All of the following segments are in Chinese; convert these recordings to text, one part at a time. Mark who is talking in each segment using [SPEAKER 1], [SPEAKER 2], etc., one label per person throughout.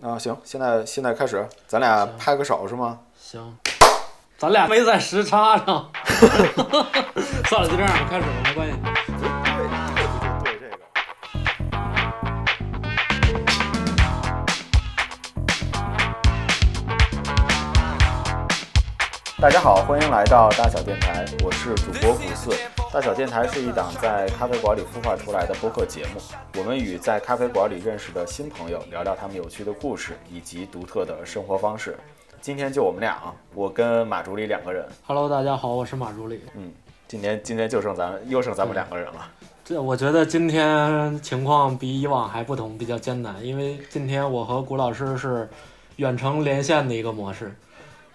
[SPEAKER 1] 啊，行，现在现在开始，咱俩拍个手是吗？
[SPEAKER 2] 行，咱俩没在时差上。 算了，就这样吧，开始吧，没关系。
[SPEAKER 1] 对这个。大家好，欢迎来到大小电台，我是主播古四。大小电台是一档在咖啡馆里孵化出来的播客节目，我们与在咖啡馆里认识的新朋友聊聊他们有趣的故事以及独特的生活方式。今天就我们俩啊，我跟马助理两个人，
[SPEAKER 2] Hello，大家好，我是马助理。
[SPEAKER 1] 嗯，今天今天就剩咱们又剩咱们两个人了。
[SPEAKER 2] 这我觉得今天情况比以往还不同，比较艰难，因为今天我和谷老师是远程连线的一个模式。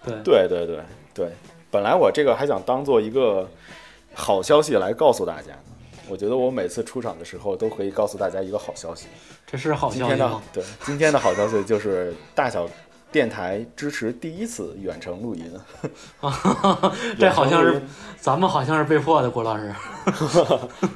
[SPEAKER 2] 对，
[SPEAKER 1] 对对对对，本来我这个还想当做一个好消息来告诉大家，我觉得我每次出场的时候都可以告诉大家一个好消息。
[SPEAKER 2] 这是好
[SPEAKER 1] 今
[SPEAKER 2] 消息
[SPEAKER 1] 天
[SPEAKER 2] 吗
[SPEAKER 1] 的？对今天的好消息就是大小电台支持第一次远程录音，
[SPEAKER 2] 这好像
[SPEAKER 1] 远程录
[SPEAKER 2] 是咱们好像是被迫的，谷老师。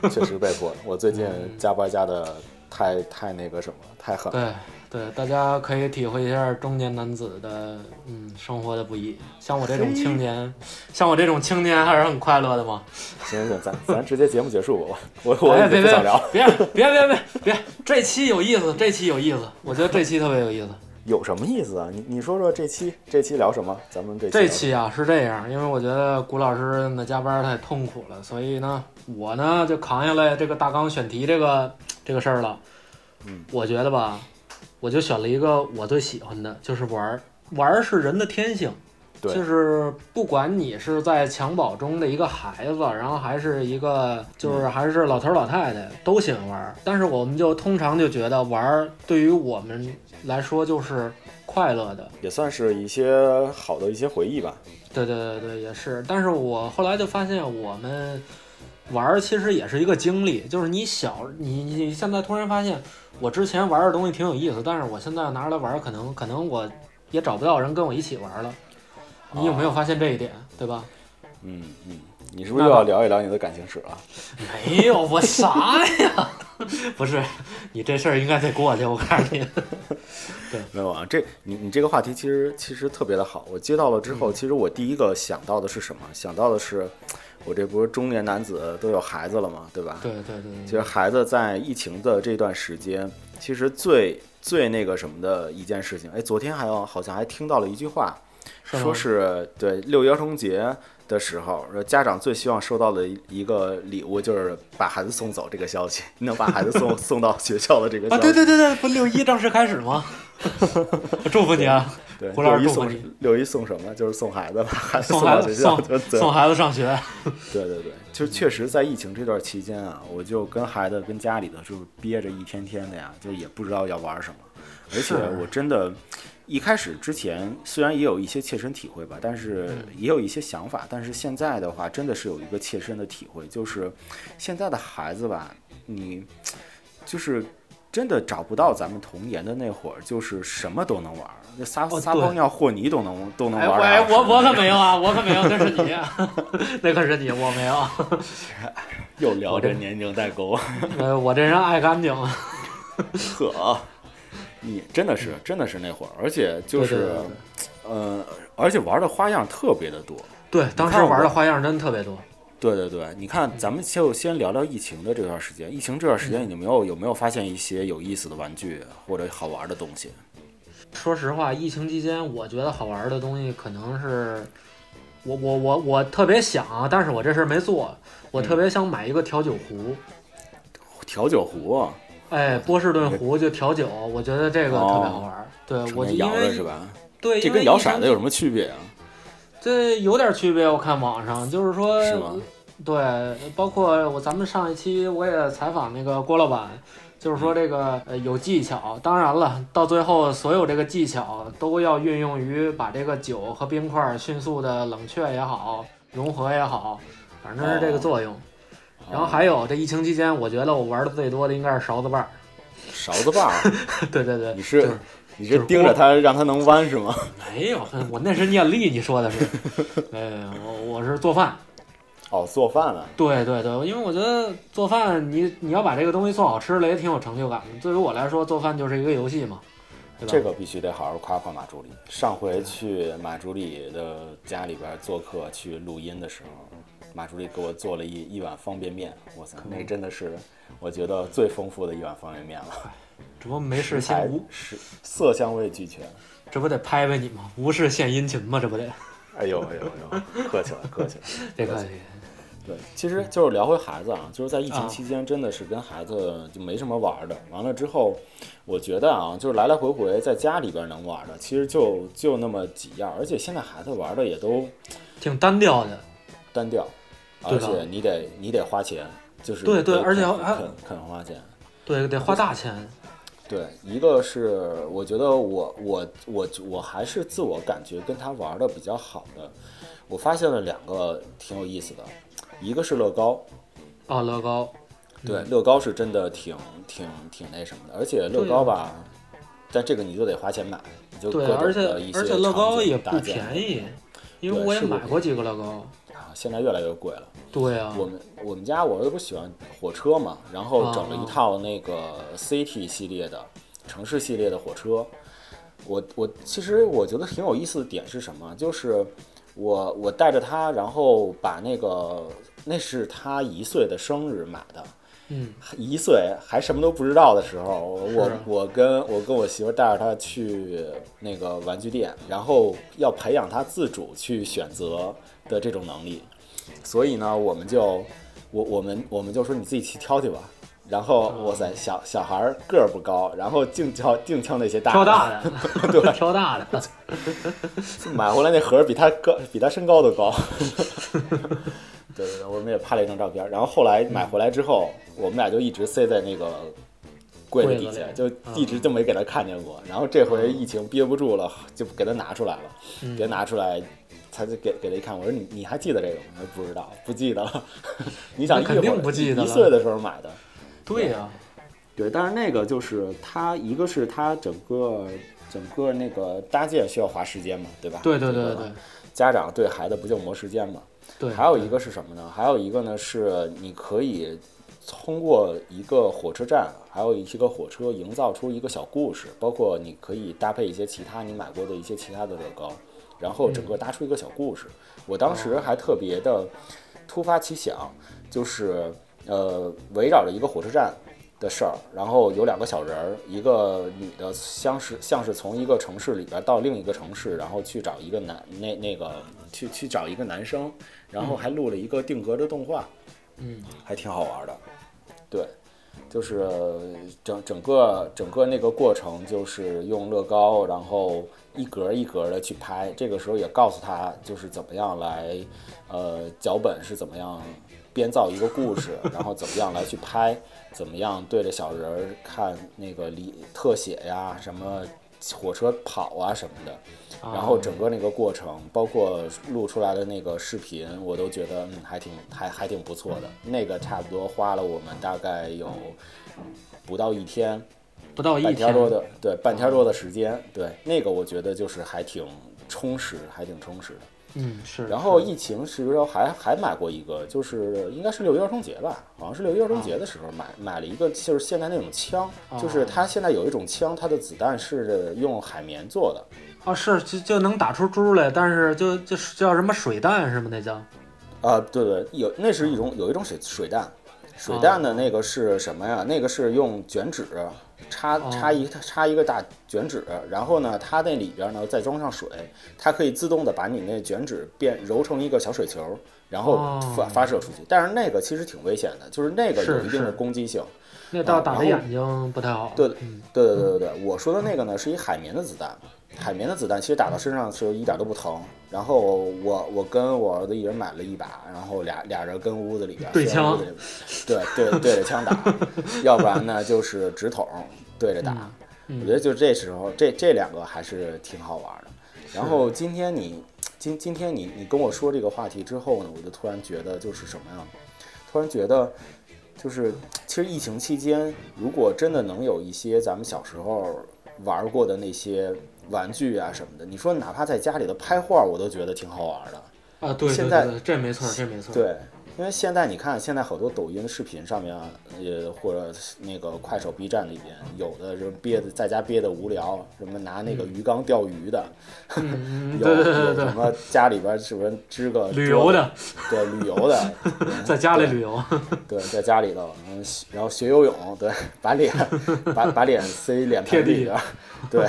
[SPEAKER 1] 音确实被迫了。我最近加班加的太太那个什么，太狠了。
[SPEAKER 2] 对对，大家可以体会一下中年男子的嗯生活的不易。像我这种青年，像我这种青年还是很快乐的嘛。
[SPEAKER 1] 行行，咱咱直接节目结束吧，我我我
[SPEAKER 2] 哎
[SPEAKER 1] 已
[SPEAKER 2] 别
[SPEAKER 1] 经
[SPEAKER 2] 别
[SPEAKER 1] 不想聊了。
[SPEAKER 2] 别别别别别，这期有意思，这期有意思，我觉得这期特别有意思。
[SPEAKER 1] 有什么意思啊？你你说说这期这期聊什么？咱们这期
[SPEAKER 2] 这
[SPEAKER 1] 这
[SPEAKER 2] 期啊是这样，因为我觉得谷老师呢加班太痛苦了，所以呢我呢就扛下来这个大纲选题这个这个事儿了。
[SPEAKER 1] 嗯，
[SPEAKER 2] 我觉得吧，我就选了一个我最喜欢的，就是玩儿，玩儿是人的天性。
[SPEAKER 1] 对
[SPEAKER 2] 就是不管你是在襁褓中的一个孩子，然后还是一个
[SPEAKER 1] 嗯
[SPEAKER 2] 就是还是老头儿老太太，都喜欢玩儿。但是我们就通常就觉得玩儿对于我们来说就是快乐的，
[SPEAKER 1] 也算是一些好的一些回忆吧。
[SPEAKER 2] 对对对对，也是。但是我后来就发现，我们玩儿其实也是一个经历，就是你小，你你你现在突然发现，我之前玩儿的东西挺有意思，但是我现在拿出来玩儿，可能可能我也找不到人跟我一起玩儿了。你有没有发现这一点，对吧？
[SPEAKER 1] 嗯嗯，你是不是又要聊一聊你的感情史了？
[SPEAKER 2] 没有，我啥呀？ 不是，你这事儿应该得过去，我告诉你。
[SPEAKER 1] 没有啊，这你你这个话题其实其实特别的好。我接到了之后，其实我第一个想到的是什么？想到的是，我这不是中年男子都有孩子了嘛，对吧？
[SPEAKER 2] 对对对
[SPEAKER 1] 其
[SPEAKER 2] 对，
[SPEAKER 1] 实孩子在疫情的这段时间，其实最最那个什么的一件事情，哎，昨天还有好像还听到了一句话，
[SPEAKER 2] 是吗
[SPEAKER 1] 说是对六一儿童节的时候，说家长最希望收到的一一个礼物就是把孩子送走这个消息， 能把孩子 送送到学校的这个消
[SPEAKER 2] 啊，
[SPEAKER 1] 息。
[SPEAKER 2] 对对对对，不六一正式开始吗？ 祝福你啊！
[SPEAKER 1] 对，
[SPEAKER 2] 胡老
[SPEAKER 1] 六
[SPEAKER 2] 师
[SPEAKER 1] 一
[SPEAKER 2] 祝福
[SPEAKER 1] 送
[SPEAKER 2] 你
[SPEAKER 1] 六一送什么？就是送孩子，把孩子
[SPEAKER 2] 送
[SPEAKER 1] 到
[SPEAKER 2] 孩
[SPEAKER 1] 学
[SPEAKER 2] 子
[SPEAKER 1] 校。
[SPEAKER 2] 送
[SPEAKER 1] 对对
[SPEAKER 2] 送孩子上学，
[SPEAKER 1] 对对对，就是确实在疫情这段期间啊，我就跟孩子跟家里的就是憋着一天天的呀，就也不知道要玩什么，而且
[SPEAKER 2] 是
[SPEAKER 1] 我真的。一开始之前虽然也有一些切身体会吧，但是
[SPEAKER 2] 嗯
[SPEAKER 1] 也有一些想法，但是现在的话真的是有一个切身的体会，就是现在的孩子吧，你就是真的找不到咱们童年的那会儿，就是什么都能玩儿，那撒、
[SPEAKER 2] 哦
[SPEAKER 1] 撒
[SPEAKER 2] 对
[SPEAKER 1] 泡尿和泥都能都能
[SPEAKER 2] 哎，
[SPEAKER 1] 玩
[SPEAKER 2] 我
[SPEAKER 1] 儿
[SPEAKER 2] 哎
[SPEAKER 1] 俩小时。
[SPEAKER 2] 我我可没 有啊，我可没有，那是你，啊那可是你，我没有。啊
[SPEAKER 1] 又聊
[SPEAKER 2] 我
[SPEAKER 1] 着
[SPEAKER 2] 这
[SPEAKER 1] 年龄代沟。
[SPEAKER 2] 呃，我这人爱干净。啊
[SPEAKER 1] 可，啊你真的是真的是那会儿，而且就
[SPEAKER 2] 嗯对
[SPEAKER 1] 是
[SPEAKER 2] 对对对，
[SPEAKER 1] 呃，而且玩的花样特别的多。
[SPEAKER 2] 对，当时玩的花样真特别多。
[SPEAKER 1] 对对对，你
[SPEAKER 2] 嗯
[SPEAKER 1] 看，咱们就先聊聊疫情的这段时间。疫情这段时间，你没有有没有发现一些有意思的玩具啊或者好玩的东西？
[SPEAKER 2] 说实话，疫情期间，我觉得好玩的东西可能是，我我我我特别想啊，但是我这事儿没做。我
[SPEAKER 1] 嗯
[SPEAKER 2] 特别想买一个调酒壶，
[SPEAKER 1] 调酒壶，啊
[SPEAKER 2] 哎，波士顿壶就调酒，我觉得这个特别好玩。对，呃我
[SPEAKER 1] 哦成
[SPEAKER 2] 就
[SPEAKER 1] 天
[SPEAKER 2] 因
[SPEAKER 1] 摇着
[SPEAKER 2] 为
[SPEAKER 1] 是吧？
[SPEAKER 2] 对，
[SPEAKER 1] 这
[SPEAKER 2] 因为
[SPEAKER 1] 跟摇
[SPEAKER 2] 疫情
[SPEAKER 1] 骰子有什么区别啊？
[SPEAKER 2] 这有点区别，我看网上就是说，
[SPEAKER 1] 是吗
[SPEAKER 2] 对，包括我咱们上一期我也采访那个郭老板，就是说这个呃有技巧，当然了，到最后所有这个技巧都要运用于把这个酒和冰块迅速的冷却也好，融合也好，反正是这个作用。然后还有这疫情期间，我觉得我玩的最多的应该是勺子把儿，
[SPEAKER 1] 勺子把儿，
[SPEAKER 2] 对对对，
[SPEAKER 1] 你
[SPEAKER 2] 就是是
[SPEAKER 1] 你
[SPEAKER 2] 就是是
[SPEAKER 1] 盯着它让它能弯是吗？
[SPEAKER 2] 没有，我那是念力，你说的是，呃，我我是做饭，
[SPEAKER 1] 哦，做饭啊，
[SPEAKER 2] 对对对，因为我觉得做饭你，你要把这个东西做好吃了，也挺有成就感的。对于我来说，做饭就是一个游戏嘛，对吧？
[SPEAKER 1] 这个必须得好好夸夸马助理。上回去马助理的家里边做客去录音的时候，马助理给我做了一一碗方便面，哇塞，那真的是我觉得最丰富的一碗方便面了，
[SPEAKER 2] 这不没事
[SPEAKER 1] 还
[SPEAKER 2] 献无，
[SPEAKER 1] 是色香味俱全。
[SPEAKER 2] 这不得拍拍你吗？无事献殷勤吗？这不得？
[SPEAKER 1] 哎呦哎呦哎呦，客 气了客气了。
[SPEAKER 2] 别客气，
[SPEAKER 1] 对，其实就是聊回孩子啊，就是在疫情
[SPEAKER 2] 啊
[SPEAKER 1] 期间，真的是跟孩子就没什么玩儿的。完了之后，我觉得啊，就是来来回回在家里边能玩儿的，其实就就那么几样儿，而且现在孩子玩儿的也都
[SPEAKER 2] 挺单调的。
[SPEAKER 1] 单调，
[SPEAKER 2] 对
[SPEAKER 1] 而
[SPEAKER 2] 的
[SPEAKER 1] 且你得你得花钱，就是
[SPEAKER 2] 对对
[SPEAKER 1] 得
[SPEAKER 2] 而且
[SPEAKER 1] 肯
[SPEAKER 2] 还
[SPEAKER 1] 肯肯花钱。
[SPEAKER 2] 对，得花大钱。
[SPEAKER 1] 对，一个是我觉得我我我我还是自我感觉跟他玩的比较好的，我发现了两个挺有意思的，一个是乐高，
[SPEAKER 2] 啊，乐高，嗯
[SPEAKER 1] 对，乐高是真的挺挺挺那什么的，而且乐高吧，但这个你就得花钱买，你就
[SPEAKER 2] 啊对，
[SPEAKER 1] 各
[SPEAKER 2] 而
[SPEAKER 1] 种
[SPEAKER 2] 且
[SPEAKER 1] 的一些
[SPEAKER 2] 而且乐高也不
[SPEAKER 1] 场景搭
[SPEAKER 2] 便
[SPEAKER 1] 建
[SPEAKER 2] 宜，因为
[SPEAKER 1] 对
[SPEAKER 2] 我也
[SPEAKER 1] 是不
[SPEAKER 2] 买过几个乐高。
[SPEAKER 1] 啊，现在越来越贵了。
[SPEAKER 2] 对啊，
[SPEAKER 1] 我们我们家我儿子不喜欢火车嘛，然后整了
[SPEAKER 2] 啊
[SPEAKER 1] 一套那个 CT 系列的城市系列的火车。我我其实我觉得挺有意思的点是什么？就是我我带着他，然后把那个那是他一岁的生日买的，
[SPEAKER 2] 嗯，
[SPEAKER 1] 一岁还什么都不知道的时候，我
[SPEAKER 2] 是
[SPEAKER 1] 我跟我跟我媳妇带着她去那个玩具店，然后要培养她自主去选择的这种能力，所以呢，我们就我我们我们就说你自己去挑去吧。然后哇塞，小小孩儿个儿不高，然后净挑净挑那些大
[SPEAKER 2] 挑
[SPEAKER 1] 的，
[SPEAKER 2] 大的，对，挑大的，
[SPEAKER 1] 买回来那盒儿比他高，比他身高都高。 对对对，我们也拍了一张照片儿。然后后来
[SPEAKER 2] 嗯
[SPEAKER 1] 买回来之后，我们俩就一直塞在那个柜子底下，
[SPEAKER 2] 柜
[SPEAKER 1] 就
[SPEAKER 2] 子里嗯
[SPEAKER 1] 一直就没给他看见过。然后这回疫情憋不住了，就给他拿出来了。
[SPEAKER 2] 嗯
[SPEAKER 1] 给他拿出来，他就给给他一看，我说你你还记得这个吗？他说不知道，不记得了。 你想
[SPEAKER 2] 那肯
[SPEAKER 1] 一会
[SPEAKER 2] 定
[SPEAKER 1] 儿
[SPEAKER 2] 不记得了
[SPEAKER 1] 一岁的时候买的。
[SPEAKER 2] 对啊呀、
[SPEAKER 1] 对，但是那个就是它，一个是它整个整个那个搭建需要花时间嘛，对吧？
[SPEAKER 2] 对对对
[SPEAKER 1] 这个
[SPEAKER 2] 对
[SPEAKER 1] 家长对孩子不就磨时间嘛？
[SPEAKER 2] 对，
[SPEAKER 1] 还有一个是什么呢？还有一个呢是你可以通过一个火车站，还有一个火车营造出一个小故事，包括你可以搭配一些其他你买过的一些其他的乐高，然后
[SPEAKER 2] 嗯
[SPEAKER 1] 整个搭出一个小故事。我当时
[SPEAKER 2] 哦
[SPEAKER 1] 还特别的突发奇想，就是呃围绕着一个火车站。的事儿，然后有两个小人儿，一个女的像是像是从一个城市里边到另一个城市，然后去找一个男那那个去去找一个男生，然后还录了一个定格的动画，
[SPEAKER 2] 嗯，
[SPEAKER 1] 还挺好玩的。对，就是呃整整个整个那个过程，就是用乐高，然后一格一格的去拍。这个时候也告诉他，就是怎么样来，呃，脚本是怎么样编造一个故事，然后怎么样来去拍，怎么样对着小人儿看那个离特写呀，什么火车跑啊什么的。
[SPEAKER 2] 啊
[SPEAKER 1] 然后整个那个过程，包括录出来的那个视频，我都觉得嗯还挺还还挺不错的。那个差不多花了我们大概有不到一天，
[SPEAKER 2] 不到一
[SPEAKER 1] 半天多
[SPEAKER 2] 天，
[SPEAKER 1] 的对半天多的时间，对那个我觉得就是还挺充实，还挺充实的。
[SPEAKER 2] 嗯是，
[SPEAKER 1] 然后疫情时候还还买过一个，就是应该是六一儿童节吧，好像是六一儿童节的时候买、买了一个，就是现在那种枪，
[SPEAKER 2] 哦
[SPEAKER 1] 就是它现在有一种枪，它的子弹是用海绵做的。
[SPEAKER 2] 啊是就就能打出珠来，但是就就叫什么水弹是吗？那叫
[SPEAKER 1] 啊，对对，有那是一种有一种水水弹，水弹的那个是什么呀？那个是用卷纸插插一插一个大卷纸，然后呢，它那里边呢再装上水，它可以自动的把你那卷纸变揉成一个小水球，然后发、
[SPEAKER 2] 哦
[SPEAKER 1] 发射出去。但是那个其实挺危险的，就是那个
[SPEAKER 2] 是
[SPEAKER 1] 有一定的
[SPEAKER 2] 是
[SPEAKER 1] 攻击性。
[SPEAKER 2] 那倒
[SPEAKER 1] 啊
[SPEAKER 2] 打
[SPEAKER 1] 然
[SPEAKER 2] 的
[SPEAKER 1] 后
[SPEAKER 2] 眼睛不太好。
[SPEAKER 1] 对
[SPEAKER 2] 嗯，
[SPEAKER 1] 对对对对对，我说的那个呢是一海绵的子弹，海绵的子弹其实打到身上是一点都不疼。然后我我跟我儿子一人买了一把，然后俩俩人跟屋子里边
[SPEAKER 2] 对枪，
[SPEAKER 1] 虽然屋子里对对对着枪打， 要不然呢就是直筒对着打。我觉得就这时候这这两个还是挺好玩的。然后今天你今今天你你跟我说这个话题之后呢，我就突然觉得就是什么呀？突然觉得就是其实疫情期间，如果真的能有一些咱们小时候玩过的那些玩具啊什么的，你说哪怕在家里头拍画，我都觉得挺好玩的。
[SPEAKER 2] 啊对对
[SPEAKER 1] 现在
[SPEAKER 2] 对，对这没错儿这没错儿。
[SPEAKER 1] 对，因为现在你看，现在好多抖音视频上面啊，也或者是那个快手、B 站里边，有的人憋的在家憋的无聊，什么拿那个鱼缸钓鱼的，
[SPEAKER 2] 嗯，嗯
[SPEAKER 1] 有
[SPEAKER 2] 对对对
[SPEAKER 1] 有
[SPEAKER 2] 对
[SPEAKER 1] 什么家里边是不是支个
[SPEAKER 2] 对，旅游
[SPEAKER 1] 的，
[SPEAKER 2] 的，
[SPEAKER 1] 对旅游 的，
[SPEAKER 2] 在家里旅游，
[SPEAKER 1] 对，在家里头，嗯，然后学游泳，对，把脸把把脸塞脸盆
[SPEAKER 2] 贴地嗯
[SPEAKER 1] 里边儿，对，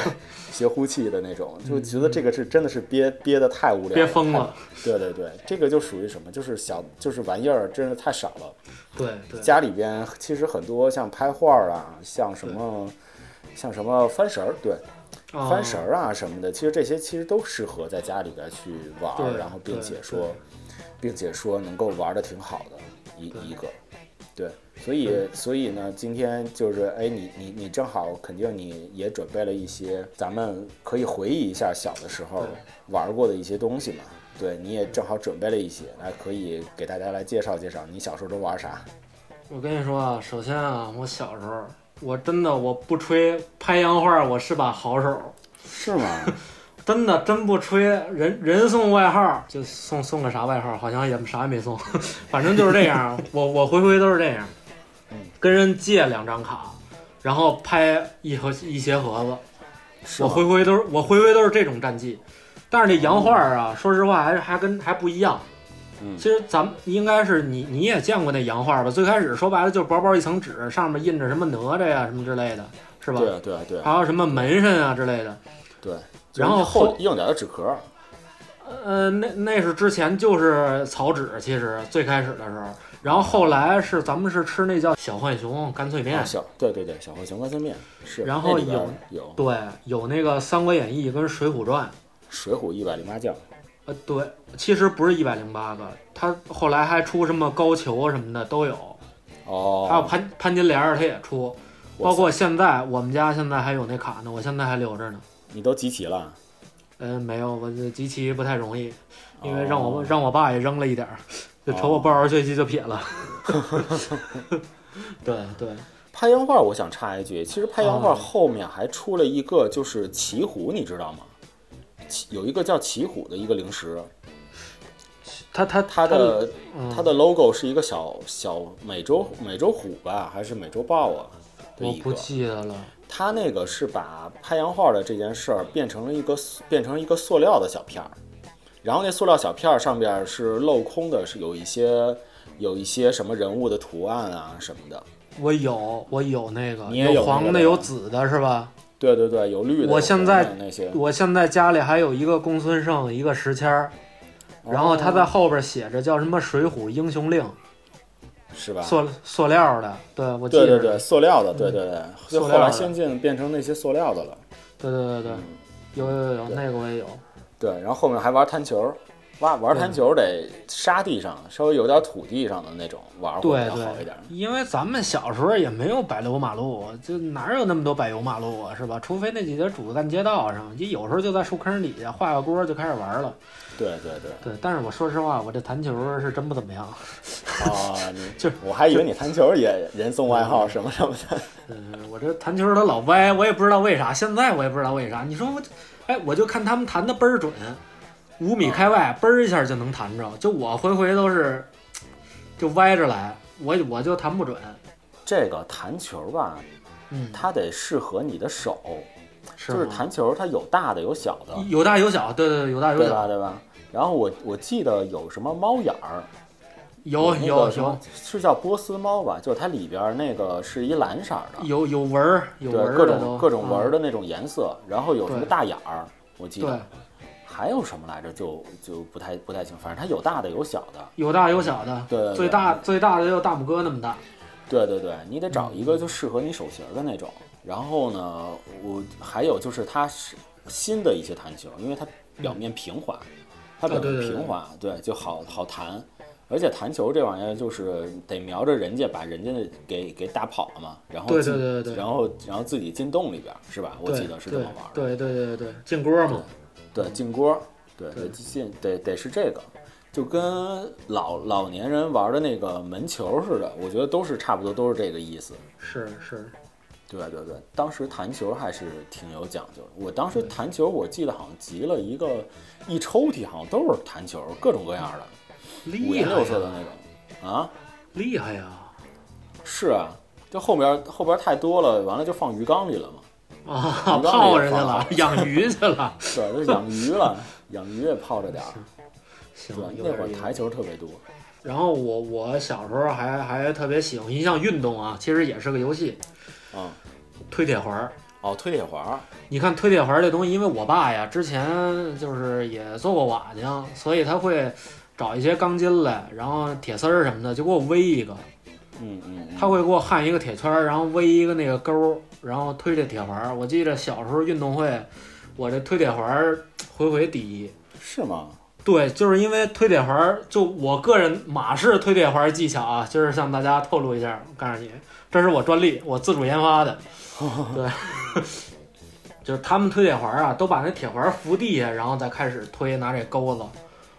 [SPEAKER 1] 学呼气的那种，就觉得这个是真的是憋憋的太无聊，
[SPEAKER 2] 憋疯
[SPEAKER 1] 太
[SPEAKER 2] 了。
[SPEAKER 1] 对对对，这个就属于什么？就是小，就是玩意儿，真的太少了。
[SPEAKER 2] 对对，
[SPEAKER 1] 家里边其实很多像拍画儿啊，像什么，像什么翻绳儿，对，
[SPEAKER 2] 啊
[SPEAKER 1] 翻绳儿啊什么的，其实这些其实都适合在家里边去玩儿，
[SPEAKER 2] 对
[SPEAKER 1] 然后并且
[SPEAKER 2] 对
[SPEAKER 1] 说，并且说能够玩的挺好的一
[SPEAKER 2] 对
[SPEAKER 1] 一个，对，所以所以呢，今天就是哎，你你你正好肯定你也准备了一些，咱们可以回忆一下小的时候
[SPEAKER 2] 对
[SPEAKER 1] 玩过的一些东西嘛。对，你也正好准备了一些，来可以给大家来介绍介绍你小时候都玩啥。
[SPEAKER 2] 我跟你说啊，首先啊，我小时候，我真的我不吹拍洋画，我是把好手，
[SPEAKER 1] 是吗？
[SPEAKER 2] 真的真不吹，人人送外号，就送送个啥外号，好像也啥也没送， 反正就是这 样，我我回回都是这样
[SPEAKER 1] 嗯，
[SPEAKER 2] 跟人借两张卡，然后拍一盒一鞋盒子，
[SPEAKER 1] 是
[SPEAKER 2] 我
[SPEAKER 1] 吗？
[SPEAKER 2] 回回都是我回回都是这种战绩，但是这洋画啊，说实话还是还跟还不一样。
[SPEAKER 1] 哦嗯
[SPEAKER 2] 其实咱们应该是你你也见过那洋画吧？最开始说白了就是薄薄一层纸，上面印着什么哪吒呀、什么之类的，是吧？
[SPEAKER 1] 对啊对啊对啊
[SPEAKER 2] 还有什么门神啊之类的。
[SPEAKER 1] 对。
[SPEAKER 2] 啊然后
[SPEAKER 1] 厚
[SPEAKER 2] 后
[SPEAKER 1] 硬点儿的纸壳儿，
[SPEAKER 2] 呃，那那是之前就是草纸，其实最开始的时候，然后后来是咱们是吃那叫小浣熊干脆面
[SPEAKER 1] 啊，小对对对，小浣熊干脆面是。
[SPEAKER 2] 然后
[SPEAKER 1] 那里边儿有
[SPEAKER 2] 对，有那个《三国演义》跟《水浒传》。
[SPEAKER 1] 水浒一百零八将，
[SPEAKER 2] 呃，对，其实不是一百零八个，他后来还出什么高俅什么的都有，
[SPEAKER 1] 哦，
[SPEAKER 2] 还有潘潘金莲儿他也出，
[SPEAKER 1] 哇塞
[SPEAKER 2] 包括现在我们家现在还有那卡呢，我现在还留着呢。
[SPEAKER 1] 你都集齐了，
[SPEAKER 2] 嗯、没有，我这集齐不太容易，因为
[SPEAKER 1] 哦
[SPEAKER 2] 让我、让我爸也扔了一点儿，就瞅我
[SPEAKER 1] 哦
[SPEAKER 2] 不好好学习就 撇了。对对，
[SPEAKER 1] 拍洋画，我想插一句，其实拍洋画
[SPEAKER 2] 啊
[SPEAKER 1] 后面还出了一个就是奇虎，你知道吗？奇有一个叫奇虎的一个零食，
[SPEAKER 2] 他他
[SPEAKER 1] 它的
[SPEAKER 2] 嗯
[SPEAKER 1] 它的 logo 是一个小小美洲美洲虎吧，还是美洲豹啊？对，
[SPEAKER 2] 我
[SPEAKER 1] 一
[SPEAKER 2] 不
[SPEAKER 1] 个。
[SPEAKER 2] 记得了。
[SPEAKER 1] 它那个是把拍洋画的这件事儿变成了一个变成一个塑料的小片儿，然后那塑料小片儿上边儿是镂空的，是有一些有一些什么人物的图案啊什么的。
[SPEAKER 2] 我有，我有那个，
[SPEAKER 1] 你也有那
[SPEAKER 2] 黄
[SPEAKER 1] 个
[SPEAKER 2] 的，
[SPEAKER 1] 对
[SPEAKER 2] 有
[SPEAKER 1] 吧
[SPEAKER 2] 紫的，是吧？
[SPEAKER 1] 对对对，有绿的，
[SPEAKER 2] 我
[SPEAKER 1] 有
[SPEAKER 2] 现
[SPEAKER 1] 红
[SPEAKER 2] 在
[SPEAKER 1] 的那些，
[SPEAKER 2] 我现在家里还有一个公孙胜，一个石谦儿，然后他在
[SPEAKER 1] 哦
[SPEAKER 2] 后边写着叫什么《水浒英雄令
[SPEAKER 1] 是》，吧？
[SPEAKER 2] 塑塑料的，对我记
[SPEAKER 1] 对
[SPEAKER 2] 得
[SPEAKER 1] 对
[SPEAKER 2] 是
[SPEAKER 1] 对，塑料的，对对对，就
[SPEAKER 2] 嗯塑
[SPEAKER 1] 后
[SPEAKER 2] 料
[SPEAKER 1] 来
[SPEAKER 2] 的
[SPEAKER 1] 先进变成那些塑料的了。
[SPEAKER 2] 对对对对，
[SPEAKER 1] 嗯
[SPEAKER 2] 有有有那个我也有，
[SPEAKER 1] 对，然后后面还玩弹球儿，玩玩弹球儿得沙地上，稍微有点土地上的那种玩会
[SPEAKER 2] 对
[SPEAKER 1] 比较好一
[SPEAKER 2] 对
[SPEAKER 1] 点。，
[SPEAKER 2] 因为咱们小时候也没有柏油马路，就哪有那么多柏油马路啊，是吧？除非那几条主干街道上，你有时候就在树坑底下画个锅就开始玩了。
[SPEAKER 1] 对对对，
[SPEAKER 2] 对，但是我说实话，我这弹球是真不怎么样，
[SPEAKER 1] 啊， 你
[SPEAKER 2] 就是
[SPEAKER 1] 我还以为你弹球也人送外号什么什么的。
[SPEAKER 2] 嗯，我这弹球它老歪，我也不知道为啥，现在我也不知道为啥。你说我，哎，我就看他们弹的倍儿准，五米开
[SPEAKER 1] 嗯
[SPEAKER 2] 外嘣儿一下就能弹着，就我回回都是就歪着来，我我就弹不准。
[SPEAKER 1] 这个弹球吧，
[SPEAKER 2] 嗯，
[SPEAKER 1] 它得适合你的手，
[SPEAKER 2] 是
[SPEAKER 1] 就是
[SPEAKER 2] 吗
[SPEAKER 1] 弹球它有大的有小的，
[SPEAKER 2] 有大有小，对对对，有大有
[SPEAKER 1] 对
[SPEAKER 2] 小，
[SPEAKER 1] 吧？对吧？然后我我记得有什么猫眼儿，
[SPEAKER 2] 有
[SPEAKER 1] 那
[SPEAKER 2] 有
[SPEAKER 1] 个什么
[SPEAKER 2] 有
[SPEAKER 1] 是叫波斯猫吧？就是它里边儿那个是一蓝色儿的，
[SPEAKER 2] 有有纹儿，有纹
[SPEAKER 1] 对
[SPEAKER 2] 儿
[SPEAKER 1] 各
[SPEAKER 2] 的都嗯
[SPEAKER 1] 种各种纹儿
[SPEAKER 2] 的，
[SPEAKER 1] 的那种颜色，然后有什么
[SPEAKER 2] 对
[SPEAKER 1] 大眼儿，我记
[SPEAKER 2] 对
[SPEAKER 1] 得，还有什么来着？就就不太不太清，反正它有大的有小的。
[SPEAKER 2] 有大有小的，
[SPEAKER 1] 对对对
[SPEAKER 2] 最大最大的就大拇哥那么大，
[SPEAKER 1] 对对对，你得找一
[SPEAKER 2] 嗯
[SPEAKER 1] 个就适合你手型儿的那种。然后呢，我还有就是它是新的一些弹球，因为它表面平滑，它表
[SPEAKER 2] 啊对
[SPEAKER 1] 面
[SPEAKER 2] 对对
[SPEAKER 1] 平滑，对就好好弹。而且弹球这玩意儿就是得瞄着人家，把人家的给给打跑了嘛，然后
[SPEAKER 2] 对
[SPEAKER 1] 进
[SPEAKER 2] 对对对对
[SPEAKER 1] 然后然后自己进洞里边儿是吧？我
[SPEAKER 2] 对
[SPEAKER 1] 记得是这么玩儿的。
[SPEAKER 2] 对对对对对，进锅嘛，
[SPEAKER 1] 对，进锅，对，
[SPEAKER 2] 对
[SPEAKER 1] 得进得得是这个，就跟老老年人玩的那个门球似的，我觉得都是差不多，都是这个意思。
[SPEAKER 2] 是是，
[SPEAKER 1] 对对对，当时弹球还是挺有讲究的。我当时弹球，我记得好像集了一个一抽屉，好像都是弹球，各种各样的，五
[SPEAKER 2] 厉
[SPEAKER 1] 颜
[SPEAKER 2] 害
[SPEAKER 1] 六色
[SPEAKER 2] 呀
[SPEAKER 1] 的那种。啊，
[SPEAKER 2] 厉害呀！
[SPEAKER 1] 是啊，就后边后边太多了，完了就放鱼缸里了嘛。
[SPEAKER 2] 啊，
[SPEAKER 1] 鱼缸
[SPEAKER 2] 泡
[SPEAKER 1] 嗯里也
[SPEAKER 2] 人去
[SPEAKER 1] 放
[SPEAKER 2] 了，养鱼去了。
[SPEAKER 1] 是啊，就养鱼了，养鱼也泡着点儿。
[SPEAKER 2] 行
[SPEAKER 1] 对，，
[SPEAKER 2] 有
[SPEAKER 1] 那会
[SPEAKER 2] 点
[SPEAKER 1] 儿
[SPEAKER 2] 意思
[SPEAKER 1] 台球特别多。
[SPEAKER 2] 然后我我小时候还还特别喜欢一项运动啊，其实也是个游戏，
[SPEAKER 1] 嗯，
[SPEAKER 2] 推铁环儿。
[SPEAKER 1] 哦，推铁环儿。
[SPEAKER 2] 你看推铁环儿这东西，因为我爸呀之前就是也做过瓦匠，所以他会找一些钢筋来，然后铁丝儿什么的，就给我围一个，
[SPEAKER 1] 嗯嗯，嗯
[SPEAKER 2] 他会给我焊一个铁圈儿，然后围一个那个钩儿，然后推这铁环儿。我记得小时候运动会，我这推铁环儿回回第一。
[SPEAKER 1] 是吗？
[SPEAKER 2] 对，就是因为推铁环儿，就我个人马式推铁环儿技巧啊，就是向大家透露一下，我告诉你，这是我专利，我自主研发的。
[SPEAKER 1] 哦
[SPEAKER 2] 对， 就是他们推铁环儿啊，都把那铁环儿扶地下，然后再开始推，拿这钩子。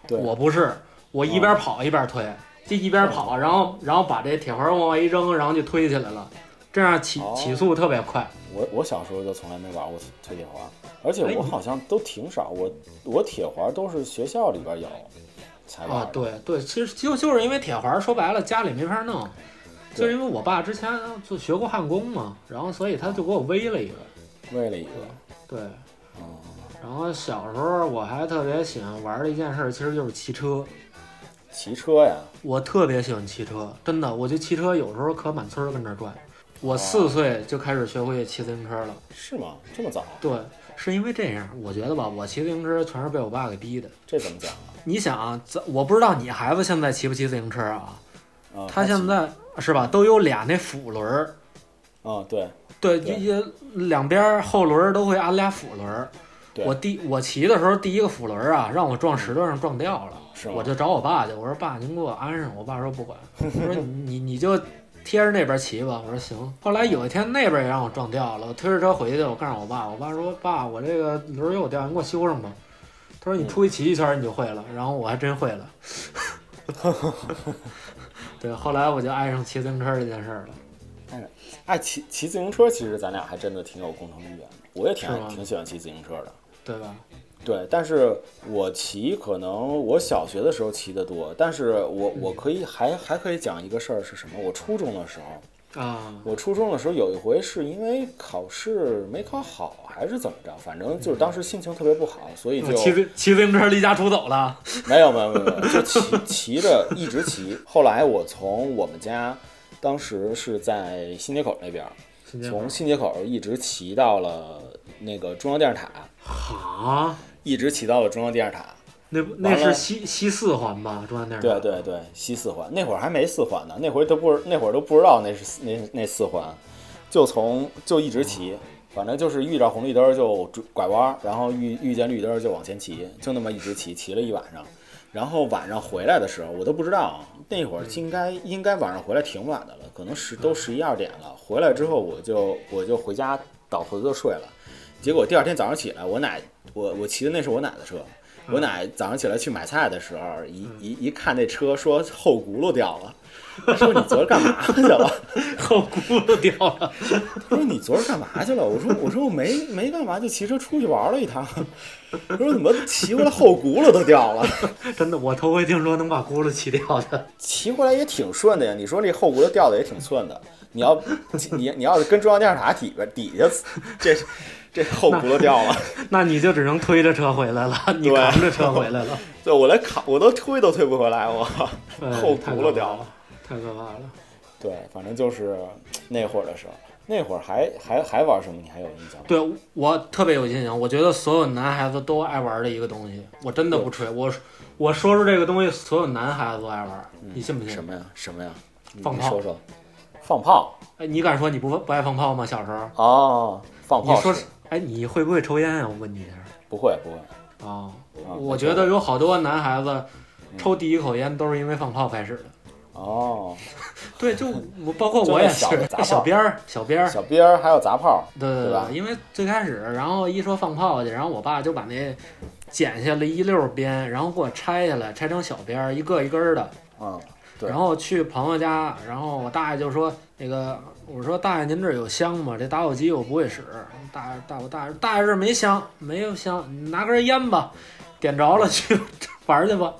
[SPEAKER 1] 对，哦
[SPEAKER 2] 我不是，我一边跑一边推，就一边跑，然后然后把这铁环儿往外一扔，然后就推起来了，这样起
[SPEAKER 1] 哦
[SPEAKER 2] 起速特别快。
[SPEAKER 1] 我我小时候就从来没玩过推铁环儿，而且
[SPEAKER 2] 哎
[SPEAKER 1] 我
[SPEAKER 2] 你
[SPEAKER 1] 好像都挺少，我我铁环儿都是学校里边有才玩
[SPEAKER 2] 啊
[SPEAKER 1] 的。，
[SPEAKER 2] 对对，其实就就是因为铁环，说白了家里没法弄，
[SPEAKER 1] 对
[SPEAKER 2] 就是因为我爸之前就学过焊工嘛，然后所以他就给我
[SPEAKER 1] 哦
[SPEAKER 2] 围了一个，
[SPEAKER 1] 为了一个，
[SPEAKER 2] 对。
[SPEAKER 1] 嗯，
[SPEAKER 2] 然后小时候我还特别喜欢玩的一件事，其实就是骑车。
[SPEAKER 1] 骑车呀，
[SPEAKER 2] 我特别喜欢骑车，真的，我就骑车有时候可满村儿跟那儿转。我
[SPEAKER 1] 哦
[SPEAKER 2] 四岁就开始学会骑自行车了，
[SPEAKER 1] 是吗？这么早，
[SPEAKER 2] 对，是因为这样，我觉得吧，我骑自行车全是被我爸给逼的。
[SPEAKER 1] 这怎么讲啊？
[SPEAKER 2] 你想啊，咱我不知道你孩子现在骑不骑自行车啊？
[SPEAKER 1] 啊，
[SPEAKER 2] 他
[SPEAKER 1] 骑
[SPEAKER 2] 现在是吧，都有俩那辅轮儿，
[SPEAKER 1] 啊，对，
[SPEAKER 2] 对，
[SPEAKER 1] 对
[SPEAKER 2] 一两边儿后轮儿都会安俩辅轮儿。
[SPEAKER 1] 对
[SPEAKER 2] 我第我骑的时候，第一个辅轮儿啊，让我撞石头上撞掉了，
[SPEAKER 1] 是吗
[SPEAKER 2] 我就找我爸去，我说爸，您给我安上。我爸说 不管，我说你你就贴着那边骑吧。我说行。后来有一天那边也让我撞掉了，我推着车回去，我告诉我爸，我爸说爸，我这个轮儿又掉，你给我修上吧。他
[SPEAKER 1] 嗯
[SPEAKER 2] 说你出去骑一圈儿你就会了，然后我还真 会了。对，后来我就爱上骑自行车这件事儿了。
[SPEAKER 1] 爱哎骑骑自行车，其实咱俩还真的挺有共同语言的。我也挺
[SPEAKER 2] 是吗
[SPEAKER 1] 挺喜欢骑自行车的，
[SPEAKER 2] 对吧？
[SPEAKER 1] 对，但是我骑可能我小学的时候骑得多，但是我我可以还还可以讲一个事儿是什么？我初中的时候，
[SPEAKER 2] 啊，
[SPEAKER 1] 我初中的时候有一回是因为考试没考好还是怎么着，反正就是当时心情特别不好，所以就
[SPEAKER 2] 我骑自骑自行车离家出走了。
[SPEAKER 1] 没有没有没有没有，就骑骑着一直骑。后来我从我们家，当时是在新街口那边儿，从新街口一直骑到了那个中央电视塔，
[SPEAKER 2] 啊，
[SPEAKER 1] 一直骑到了中央电视塔。
[SPEAKER 2] 那不那是西西四环吧？中央电视
[SPEAKER 1] 对
[SPEAKER 2] 塔。
[SPEAKER 1] 对对，西四环那会儿还没四环呢，那会儿都不那会儿都不知道那是四那那四环，就从就一直骑，反正就是遇着红绿灯儿就转拐弯儿，然后遇遇见绿灯儿就往前骑，就那么一直骑，骑了一晚上。然后晚上回来的时候，我都不知道那会儿应该应该晚上回来挺晚的了，可能十都十一二点了。回来之后我就我就回家倒头就睡了。结果第二天早上起来，我奶我我骑的那是我奶的车，我奶早上起来去买菜的时候，一
[SPEAKER 2] 嗯
[SPEAKER 1] 一一看那车，说后轱辘掉了，她说你昨儿干嘛去了？
[SPEAKER 2] 后轱辘掉了。
[SPEAKER 1] 他说你昨儿干嘛去了？我说我说我没没干嘛，就骑车出去玩了一趟。 他说怎么骑回来后轱辘都掉了？
[SPEAKER 2] 真的，我头回听说能把轱辘骑掉的。
[SPEAKER 1] 骑回来也挺顺的呀。你说这后轱辘掉的也挺顺的。你要你你要是跟中央电视塔底吧底下，这这后轱辘掉了，
[SPEAKER 2] 那你就只能推着车回来了，你
[SPEAKER 1] 对
[SPEAKER 2] 扛着车回来了。
[SPEAKER 1] 对我连卡我都推都推不回来，我
[SPEAKER 2] 哎
[SPEAKER 1] 后轱辘掉。
[SPEAKER 2] 太可怕了，太可怕了。
[SPEAKER 1] 对，反正就是那会儿的时候，那会儿还还还玩什么？你还有印象吗？
[SPEAKER 2] 对我特别有印象，我觉得所有男孩子都爱玩的一个东西，我真的不吹，我我说出这个东西，所有男孩子都爱玩，
[SPEAKER 1] 嗯
[SPEAKER 2] 你信不信？
[SPEAKER 1] 什么呀？什么呀？你
[SPEAKER 2] 放
[SPEAKER 1] 你
[SPEAKER 2] 炮
[SPEAKER 1] 说说，放炮
[SPEAKER 2] 哎，你敢说你不不爱放炮吗？小时候，
[SPEAKER 1] 哦，放
[SPEAKER 2] 你
[SPEAKER 1] 炮
[SPEAKER 2] 说
[SPEAKER 1] 是，
[SPEAKER 2] 哎，你会不会抽烟啊？我问你一下。
[SPEAKER 1] 不会不会，
[SPEAKER 2] 啊，
[SPEAKER 1] 啊嗯
[SPEAKER 2] 我
[SPEAKER 1] 没
[SPEAKER 2] 觉
[SPEAKER 1] 错
[SPEAKER 2] 得有好多男孩子抽第一口烟都是因为放炮开始 的。
[SPEAKER 1] 哦，
[SPEAKER 2] 对，就我包括
[SPEAKER 1] 就
[SPEAKER 2] 我
[SPEAKER 1] 那
[SPEAKER 2] 也
[SPEAKER 1] 小
[SPEAKER 2] 是
[SPEAKER 1] 杂炮
[SPEAKER 2] 小边儿，小边儿，
[SPEAKER 1] 小鞭儿还有砸炮，
[SPEAKER 2] 对对
[SPEAKER 1] 对吧
[SPEAKER 2] 因为最开始，然后一说放炮去，然后我爸就把那剪下来一溜儿鞭，然后给我拆下来，拆成小边儿，一个一根儿的。
[SPEAKER 1] 嗯，对
[SPEAKER 2] 然后去朋友家，然后我大爷就说：“那个，我说大爷您这儿有香吗？这打火机我不会使。”大爷大我大爷说大爷这儿没香，没有香，你拿根烟吧，点着了去 玩去吧。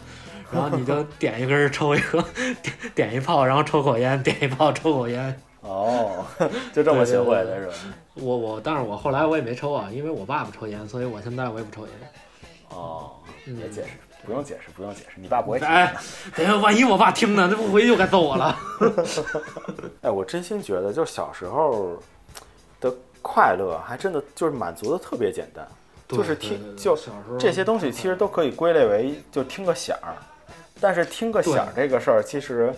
[SPEAKER 2] 然后你就点一根儿抽一个， 点点一炮，然后抽口烟，点一炮抽口烟。
[SPEAKER 3] 哦，就这么学会的是吧？
[SPEAKER 2] 我我，但是我后来我也没抽啊，因为我爸不抽烟，所以我现在我也不抽烟。
[SPEAKER 3] 哦，
[SPEAKER 2] 嗯
[SPEAKER 3] 别解释，不用解释，不用解释，你爸不会听的。
[SPEAKER 2] 哎，等一下，万一我爸听呢，这不回去就该揍我了。
[SPEAKER 3] 哎，我真心觉得，就是小时候的快乐，还真的就是满足的特别简单，就是
[SPEAKER 2] 对
[SPEAKER 3] 听
[SPEAKER 2] 对对
[SPEAKER 3] 就
[SPEAKER 2] 小时候
[SPEAKER 3] 这些东西其实都可以归类为就听个响儿，但是听个响儿这个事儿，其实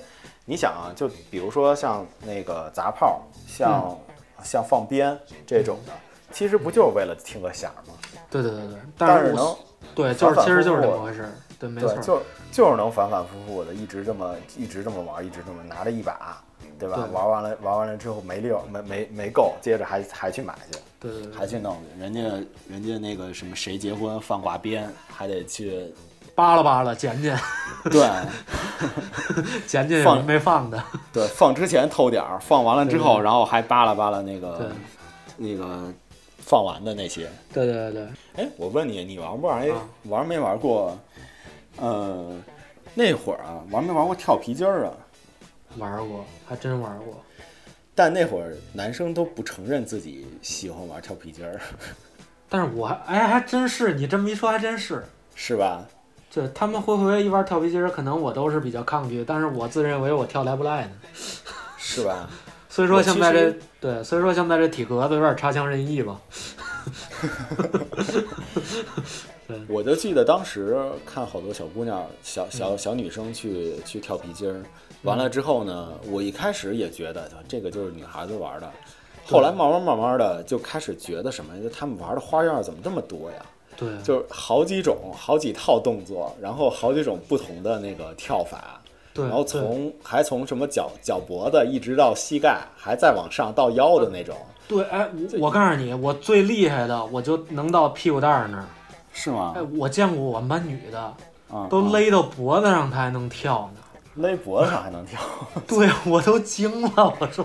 [SPEAKER 3] 你想啊，就比如说像那个砸炮，像、
[SPEAKER 2] 嗯
[SPEAKER 3] 像放鞭这种的，其实不就是为了听个响儿吗？
[SPEAKER 2] 对对对对，
[SPEAKER 3] 但
[SPEAKER 2] 但是
[SPEAKER 3] 能
[SPEAKER 2] 我对，就是
[SPEAKER 3] 反反
[SPEAKER 2] 其实就是
[SPEAKER 3] 复
[SPEAKER 2] 这
[SPEAKER 3] 复
[SPEAKER 2] 么回事儿，对，没
[SPEAKER 3] 对
[SPEAKER 2] 错，儿，
[SPEAKER 3] 就就是能反反复复的一直这么一直这么玩，一直这么拿着一把，对吧？
[SPEAKER 2] 对
[SPEAKER 3] 玩完了玩完了之后没溜没没没够，接着还还去买去。
[SPEAKER 2] 对对对
[SPEAKER 1] 还
[SPEAKER 2] 对，
[SPEAKER 1] 去弄去，人家人家那个什么谁结婚放挂鞭，还得去
[SPEAKER 2] 扒拉扒拉，捡捡
[SPEAKER 1] 对
[SPEAKER 2] 捡捡有
[SPEAKER 1] 放
[SPEAKER 2] 人没放的，
[SPEAKER 1] 对放之前偷点儿，放完了之后，
[SPEAKER 2] 对
[SPEAKER 1] 然后还扒拉扒拉那
[SPEAKER 2] 对
[SPEAKER 1] 个那个放完的那些。
[SPEAKER 2] 对对对对，
[SPEAKER 1] 哎，我问你，你玩不玩？
[SPEAKER 2] 啊
[SPEAKER 1] 玩没玩过？呃，那会儿啊，玩没玩过跳皮筋儿啊？
[SPEAKER 2] 玩儿过，还真玩儿过。
[SPEAKER 1] 但那会儿男生都不承认自己喜欢玩跳皮筋儿，
[SPEAKER 2] 但是我还哎，还真是你这么一说，还真是。
[SPEAKER 1] 是吧？
[SPEAKER 2] 对他们会不会一玩跳皮筋儿，可能我都是比较抗拒，但是我自认为我跳得还不赖呢。
[SPEAKER 1] 是吧？
[SPEAKER 2] 所以说
[SPEAKER 1] 我其
[SPEAKER 2] 现在这
[SPEAKER 1] 实
[SPEAKER 2] 对，所以说现在这体格子有点差强人意吧。
[SPEAKER 1] 我就记得当时看好多小姑娘、小小
[SPEAKER 2] 嗯
[SPEAKER 1] 小女生去、去跳皮筋儿，完了之后呢，我一开始也觉得这个就是女孩子玩的，后来慢慢慢慢的就开始觉得什么，就他们玩的花样怎么这么多呀？
[SPEAKER 2] 对，
[SPEAKER 1] 就是好几种、好几套动作，然后好几种不同的那个跳法，
[SPEAKER 2] 对，
[SPEAKER 1] 然后
[SPEAKER 2] 对
[SPEAKER 1] 从还从什么脚脚脖子一直到膝盖，还再往上到腰的那种，
[SPEAKER 2] 对，哎，我我告诉你，我最厉害的，我就能到屁股蛋儿那儿。
[SPEAKER 1] 是吗
[SPEAKER 2] 哎，我见过我们班女的，
[SPEAKER 1] 啊，
[SPEAKER 2] 都勒到脖子上，她还能跳呢。
[SPEAKER 3] 勒脖子上还能跳，
[SPEAKER 2] 对啊我都惊了，我说，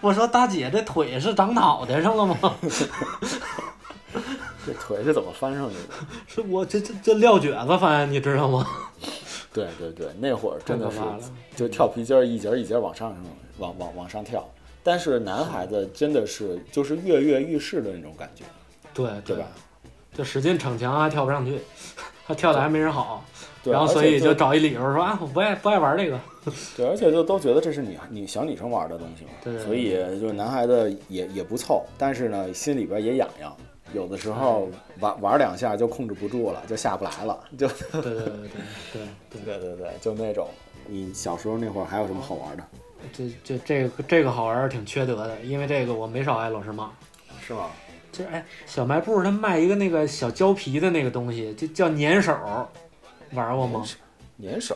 [SPEAKER 2] 我说大姐这腿是长脑袋上了吗？
[SPEAKER 1] 这腿是怎么翻上去的？
[SPEAKER 2] 是我这这这撂蹶子翻，你知道吗？
[SPEAKER 1] 对对对，那会儿真的
[SPEAKER 2] 太
[SPEAKER 1] 是
[SPEAKER 2] 可怕了
[SPEAKER 1] 就跳皮筋儿，一节儿一节儿往上往往往上跳。但是男孩子真的是就是跃跃欲试的那种感觉，
[SPEAKER 2] 对
[SPEAKER 1] 对吧？？
[SPEAKER 2] 就使劲逞强还跳不上去，还跳的还没人好，
[SPEAKER 1] 对，
[SPEAKER 2] 然后
[SPEAKER 1] 而且
[SPEAKER 2] 所以
[SPEAKER 1] 就
[SPEAKER 2] 就找一理由说啊，我不爱不爱玩这个。
[SPEAKER 1] 对，而且就都觉得这是女女小女生玩的东西嘛，
[SPEAKER 2] 对
[SPEAKER 1] 所以就是男孩子也也不凑，但是呢心里边也痒痒，有的时候玩玩两下就控制不住了，就下不来了，就
[SPEAKER 2] 对对对对对对
[SPEAKER 1] 对对对， 就那种。你小时候那会儿还有什么好玩的？
[SPEAKER 2] 对，这这这个这个好玩儿挺缺德的，因为这个我没少挨老师骂。
[SPEAKER 1] 是吗？
[SPEAKER 2] 就是哎，小卖部他卖一个那个小胶皮的那个东西，就叫粘手，玩过吗？
[SPEAKER 1] 粘手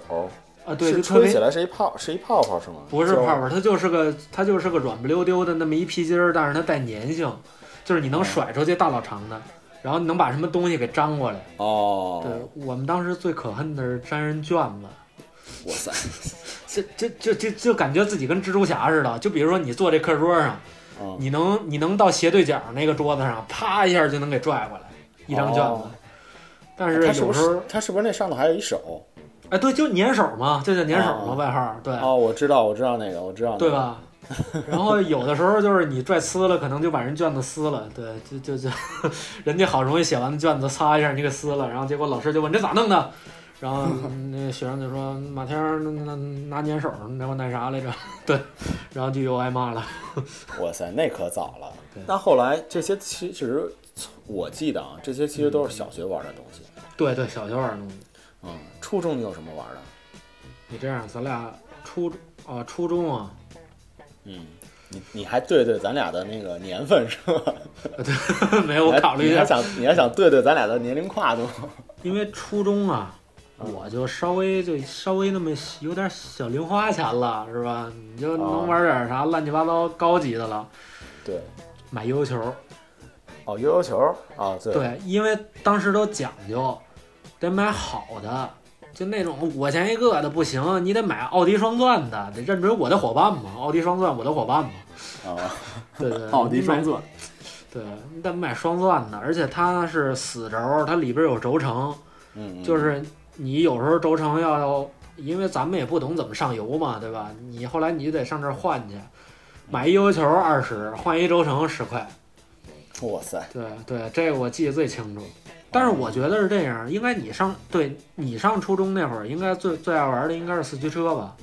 [SPEAKER 2] 啊，对，
[SPEAKER 1] 是
[SPEAKER 2] 就特
[SPEAKER 1] 吹
[SPEAKER 2] 别
[SPEAKER 1] 起来是一泡是一泡泡是吗？
[SPEAKER 2] 不是
[SPEAKER 1] 就
[SPEAKER 2] 泡泡，它就是个它就是个软不溜丢的那么一皮筋儿，但是它带粘性，就是你能
[SPEAKER 1] 哦
[SPEAKER 2] 甩出去大老长的，然后你能把什么东西给粘过来。
[SPEAKER 1] 哦，
[SPEAKER 2] 对我们当时最可恨的是粘人卷子，
[SPEAKER 1] 哇 塞，
[SPEAKER 2] 这这这这就感觉自己跟蜘蛛侠似的，就比如说你坐这课桌上，
[SPEAKER 1] 嗯
[SPEAKER 2] 你能你能到斜对角那个桌子上，啪一下就能给拽过来一张卷子。
[SPEAKER 1] 哦哎
[SPEAKER 2] 但
[SPEAKER 1] 他
[SPEAKER 2] 是
[SPEAKER 1] 是
[SPEAKER 2] 有
[SPEAKER 1] 不
[SPEAKER 2] 时候
[SPEAKER 1] 是，他是不是那上头还有一手？
[SPEAKER 2] 哎，对，就粘手嘛，这叫粘手嘛，
[SPEAKER 1] 哦
[SPEAKER 2] 外号，对、
[SPEAKER 1] 哦，我知道，我知道那个，我知道、那个，
[SPEAKER 2] 对？吧？然后有的时候就是你拽撕了，可能就把人卷子撕了，对，就就就， 人家好容易写完的卷子擦一下，你给撕了，然后结果老师就问这咋弄的，然后那学生就说马天儿那那拿粘手，那我那啥来着， 对，然后就又挨骂了，
[SPEAKER 1] 哇塞，那可早了
[SPEAKER 2] 对。
[SPEAKER 1] 那后来这些其实我记得啊，这些其实都是小学玩的东西。
[SPEAKER 2] 对对，小学玩的东西。
[SPEAKER 1] 嗯，初中你有什么玩的？
[SPEAKER 2] 你这样，咱俩初中啊，初中啊，
[SPEAKER 1] 嗯，你你还对对咱俩的那个年份是吧？
[SPEAKER 2] 没有我考虑一
[SPEAKER 1] 你还
[SPEAKER 2] 下，
[SPEAKER 1] 想你还想对对咱俩的年龄跨度？
[SPEAKER 2] 因为初中啊，
[SPEAKER 1] 嗯
[SPEAKER 2] 我就稍微就稍微那么有点小零花钱了，是吧？你就能玩点啥乱七八糟高级的
[SPEAKER 1] 哦
[SPEAKER 2] 了，
[SPEAKER 1] 对，
[SPEAKER 2] 买悠悠球。
[SPEAKER 1] 哦，悠悠球啊，对，
[SPEAKER 2] 对，因为当时都讲究，得买好的，就那种五块钱一个的不行，你得买奥迪双钻的，得认准我的伙伴嘛，奥迪双钻我的 伙伴嘛。
[SPEAKER 1] 啊，
[SPEAKER 2] 对对，对你买
[SPEAKER 1] 钻，
[SPEAKER 2] 对，你得买双钻的，而且它是死轴，它里边有轴承。
[SPEAKER 1] 嗯，嗯
[SPEAKER 2] 就是你有时候轴承要，因为咱们也不懂怎么上油嘛，对吧？你后来你得上这儿换去，买一油球二十，换一轴承十块。
[SPEAKER 4] 哇塞，
[SPEAKER 2] 对对，这个我记得最清楚。但是我觉得是这样，应该你上对你上初中那会儿，应该最最爱玩的应该是四驱车吧？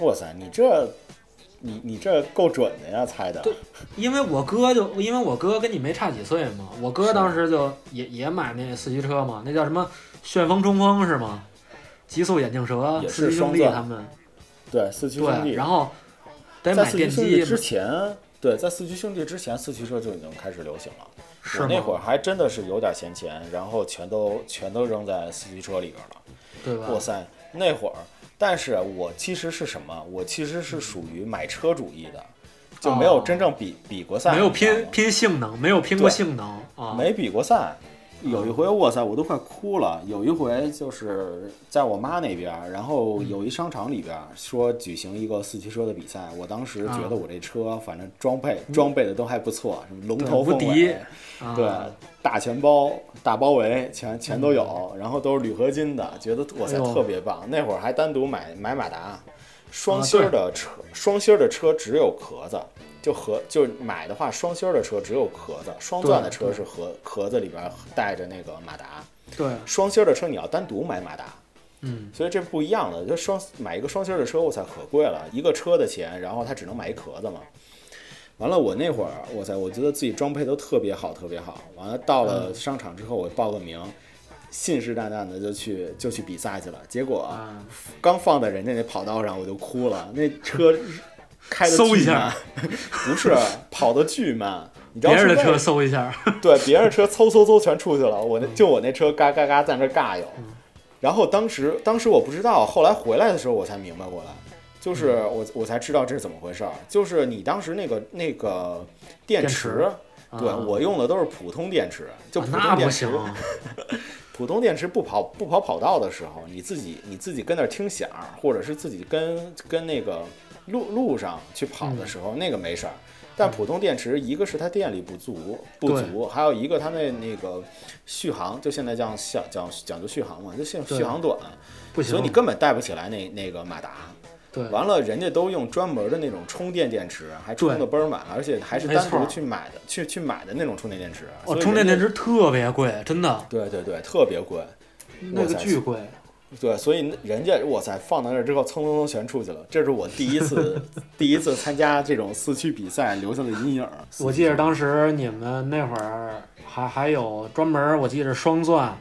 [SPEAKER 4] 哇塞，你这，你你这够准的呀，猜的。
[SPEAKER 2] 对因为我哥就因为我哥跟你没差几岁嘛，我哥当时就也也买那四驱车嘛，那叫什么旋风冲锋是吗？极速眼镜蛇、
[SPEAKER 4] 也是
[SPEAKER 2] 四驱兄弟
[SPEAKER 4] 双钻
[SPEAKER 2] 他们
[SPEAKER 4] 对，四驱兄弟。
[SPEAKER 2] 对，然后
[SPEAKER 4] 在
[SPEAKER 2] 得买
[SPEAKER 4] 四驱
[SPEAKER 2] 电
[SPEAKER 4] 兄弟
[SPEAKER 2] 机
[SPEAKER 4] 之前，对，在四驱兄弟之前，四驱车就已经开始流行了。我
[SPEAKER 2] 是吗？
[SPEAKER 4] 那会儿还真的是有点闲钱，然后全都全都扔在四驱车里边了。
[SPEAKER 2] 对吧？
[SPEAKER 4] 哇塞，那会儿，但是我其实是什么？我其实是属于买车主义的，就没有
[SPEAKER 2] 哦
[SPEAKER 4] 真正比、比过赛，
[SPEAKER 2] 没有
[SPEAKER 4] 你知道吗
[SPEAKER 2] 拼
[SPEAKER 1] 啊
[SPEAKER 2] 拼性能，没有拼过
[SPEAKER 4] 对
[SPEAKER 2] 性能啊，
[SPEAKER 4] 没比过赛。
[SPEAKER 1] 有一回，哇塞，我都快哭了。有一回就是在我妈那边儿，然后
[SPEAKER 2] 嗯
[SPEAKER 1] 有一商场里边儿说举行一个四驱车的比赛，我当时
[SPEAKER 2] 啊
[SPEAKER 1] 觉得我这车反正装配装备的都还不错，什么龙头
[SPEAKER 2] 嗯对
[SPEAKER 1] 凤
[SPEAKER 2] 无敌
[SPEAKER 1] 尾，
[SPEAKER 2] 啊
[SPEAKER 1] 对，大全包、大包围全全都有，然后都是铝合金的，觉得哇塞
[SPEAKER 2] 嗯哎呦
[SPEAKER 1] 特别棒。那会儿还单独买买马达，
[SPEAKER 2] 啊
[SPEAKER 1] 双芯儿的车，双芯儿的车只有壳子，就盒就是买的话，双芯儿的车只有壳子，双钻的车
[SPEAKER 2] 对
[SPEAKER 1] 是盒壳子里边带着那个马达，
[SPEAKER 2] 对，
[SPEAKER 1] 双芯儿的车你要单独买马达。
[SPEAKER 2] 嗯，
[SPEAKER 1] 所以这不一样的，就双买一个双芯儿的车，我操，可贵了，一个车的钱，然后它只能买一壳子嘛。完了，我那会儿，我操，我觉得自己装配都特别好，特别好。完了，到
[SPEAKER 2] 嗯
[SPEAKER 1] 了商场之后，我报个名，信誓旦旦的就去就去比赛去了。结果
[SPEAKER 2] 啊
[SPEAKER 1] 刚放在人家那跑道上，我就哭了，那 车开的
[SPEAKER 2] 嗖一
[SPEAKER 1] 巨
[SPEAKER 2] 下
[SPEAKER 1] 慢， 不是跑的巨慢。你知道
[SPEAKER 2] 别人的
[SPEAKER 1] 是为
[SPEAKER 2] 车搜一下，
[SPEAKER 1] 对，别人车嗖嗖嗖全出去了，我那就我那车嘎嘎嘎在那尬悠。
[SPEAKER 2] 嗯
[SPEAKER 1] 然后当时当时我不知道，后来回来的时候我才明白过来，就是
[SPEAKER 2] 嗯
[SPEAKER 1] 我我才知道这是怎么回事儿，就是你当时那个那个电
[SPEAKER 2] 电
[SPEAKER 1] 池，
[SPEAKER 2] 池
[SPEAKER 1] 对、
[SPEAKER 2] 啊
[SPEAKER 1] 我用的都是普通电池，就
[SPEAKER 2] 啊
[SPEAKER 1] 普
[SPEAKER 2] 那
[SPEAKER 1] 通
[SPEAKER 2] 不
[SPEAKER 1] 电池，
[SPEAKER 2] 行，
[SPEAKER 1] 普通电池不跑不跑跑道的时候，你自己你自己跟那儿听响儿，或者是自己跟跟那个路路上去跑的时候，那个没事儿。但普通电池，一个是它电力不
[SPEAKER 2] 嗯
[SPEAKER 1] 足不
[SPEAKER 2] 对
[SPEAKER 1] 足，还有一个它那那个续航，就现在讲讲讲讲究续航嘛，就续
[SPEAKER 2] 对
[SPEAKER 1] 续航短，
[SPEAKER 2] 不
[SPEAKER 1] 所以你
[SPEAKER 2] 行，
[SPEAKER 1] 根本带不起来那那个马达。
[SPEAKER 2] 对，
[SPEAKER 1] 完了，人家都用专门的那种充电电池，还充的倍儿满，而且还是
[SPEAKER 2] 没错
[SPEAKER 1] 单独去买的去去买的那种充电电池。
[SPEAKER 2] 哦，
[SPEAKER 1] 所以
[SPEAKER 2] 充电
[SPEAKER 1] 人
[SPEAKER 2] 电
[SPEAKER 1] 家
[SPEAKER 2] 池特别贵，真的，
[SPEAKER 1] 对对对，特别贵。
[SPEAKER 2] 那个
[SPEAKER 1] 塞
[SPEAKER 2] 巨贵，
[SPEAKER 1] 对，所以人家哇塞放到那儿之后，蹭蹭蹭全出去了。这是我第一 次第一次参加这种四驱比赛留下的阴影儿。
[SPEAKER 2] 我记得当时你们那会儿还还有专门儿，我记得双钻，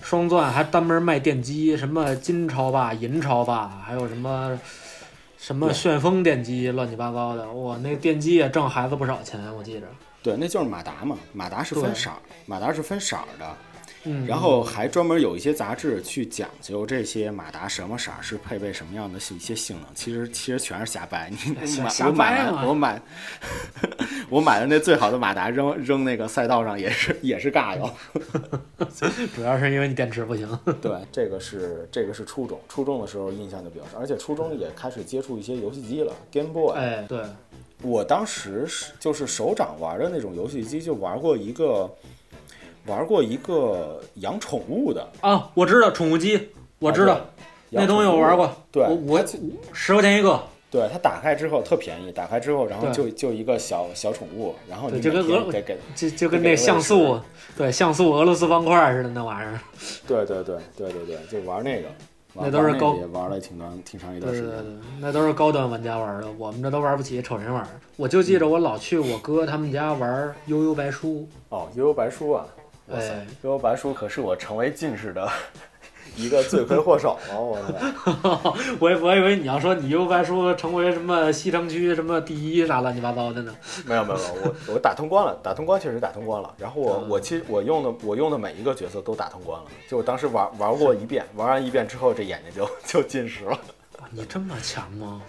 [SPEAKER 2] 双钻还专门卖电机，什么金超霸、银超霸，还有什么什么旋风电机，乱七八糟的。哇，那电机也挣孩子不少钱，我 记着。
[SPEAKER 1] 对，那就是马达嘛，马达是
[SPEAKER 2] 对
[SPEAKER 1] 分色儿，马达是分色儿的，
[SPEAKER 2] 嗯，
[SPEAKER 1] 然后还专门有一些杂志去讲究这些马达什么色儿是配备什么样的一些性能，其实其实全是瞎掰。你
[SPEAKER 2] 瞎
[SPEAKER 1] 买
[SPEAKER 2] 瞎
[SPEAKER 1] 我买
[SPEAKER 2] 掰嘛
[SPEAKER 1] 完我买 我买的那最好的马达扔扔那个赛道上也是也是尬哟。
[SPEAKER 2] 主要是因为你电池不行。
[SPEAKER 1] 对，这个是这个是初中，初中的时候印象就比较深，而且初中也开始接触一些游戏机了，Game Boy。
[SPEAKER 2] 哎，对，
[SPEAKER 1] 我当时是就是手掌玩的那种游戏机，就玩过一个，玩过一个养宠物的，
[SPEAKER 2] 啊，我知道宠物机，我知道、
[SPEAKER 1] 啊
[SPEAKER 2] 那东西我玩过，
[SPEAKER 1] 对
[SPEAKER 2] 我 我十块钱一个，
[SPEAKER 1] 对，它打开之后特便宜，打开之后，然后
[SPEAKER 2] 对
[SPEAKER 1] 就就一个小小宠物，然后你每
[SPEAKER 2] 对就跟
[SPEAKER 1] 天
[SPEAKER 2] 俄
[SPEAKER 1] 得给，
[SPEAKER 2] 就就跟
[SPEAKER 1] 这
[SPEAKER 2] 那
[SPEAKER 1] 个
[SPEAKER 2] 像素，对像素俄罗斯方块似的那玩意儿。
[SPEAKER 1] 对对对对对对，就玩那个，玩
[SPEAKER 2] 那都是
[SPEAKER 1] 玩
[SPEAKER 2] 高
[SPEAKER 1] 个也玩了挺长挺长一
[SPEAKER 2] 对
[SPEAKER 1] 段
[SPEAKER 2] 对
[SPEAKER 1] 时
[SPEAKER 2] 对
[SPEAKER 1] 间，，
[SPEAKER 2] 那都是高端玩家玩的，我们这都玩不起，瞅人玩。我就记着我老去我哥他们家玩悠悠白书，
[SPEAKER 1] 哦，悠悠白书啊，哇塞
[SPEAKER 2] 哎，
[SPEAKER 1] 悠悠白书可是我成为近视的 一个罪魁祸首啊，我操！
[SPEAKER 2] 我以我以为你要说你悠悠白书成为什么西城区什么第一啥乱七八糟的呢。
[SPEAKER 1] 没有没有，没有，我我打通关了，打通关确实打通关了。然后我
[SPEAKER 2] 嗯
[SPEAKER 1] 我其实我用的我用的每一个角色都打通关了，就我当时玩玩过一遍，玩完一遍之后这眼睛就就近视了。
[SPEAKER 2] 哇，你这么强吗？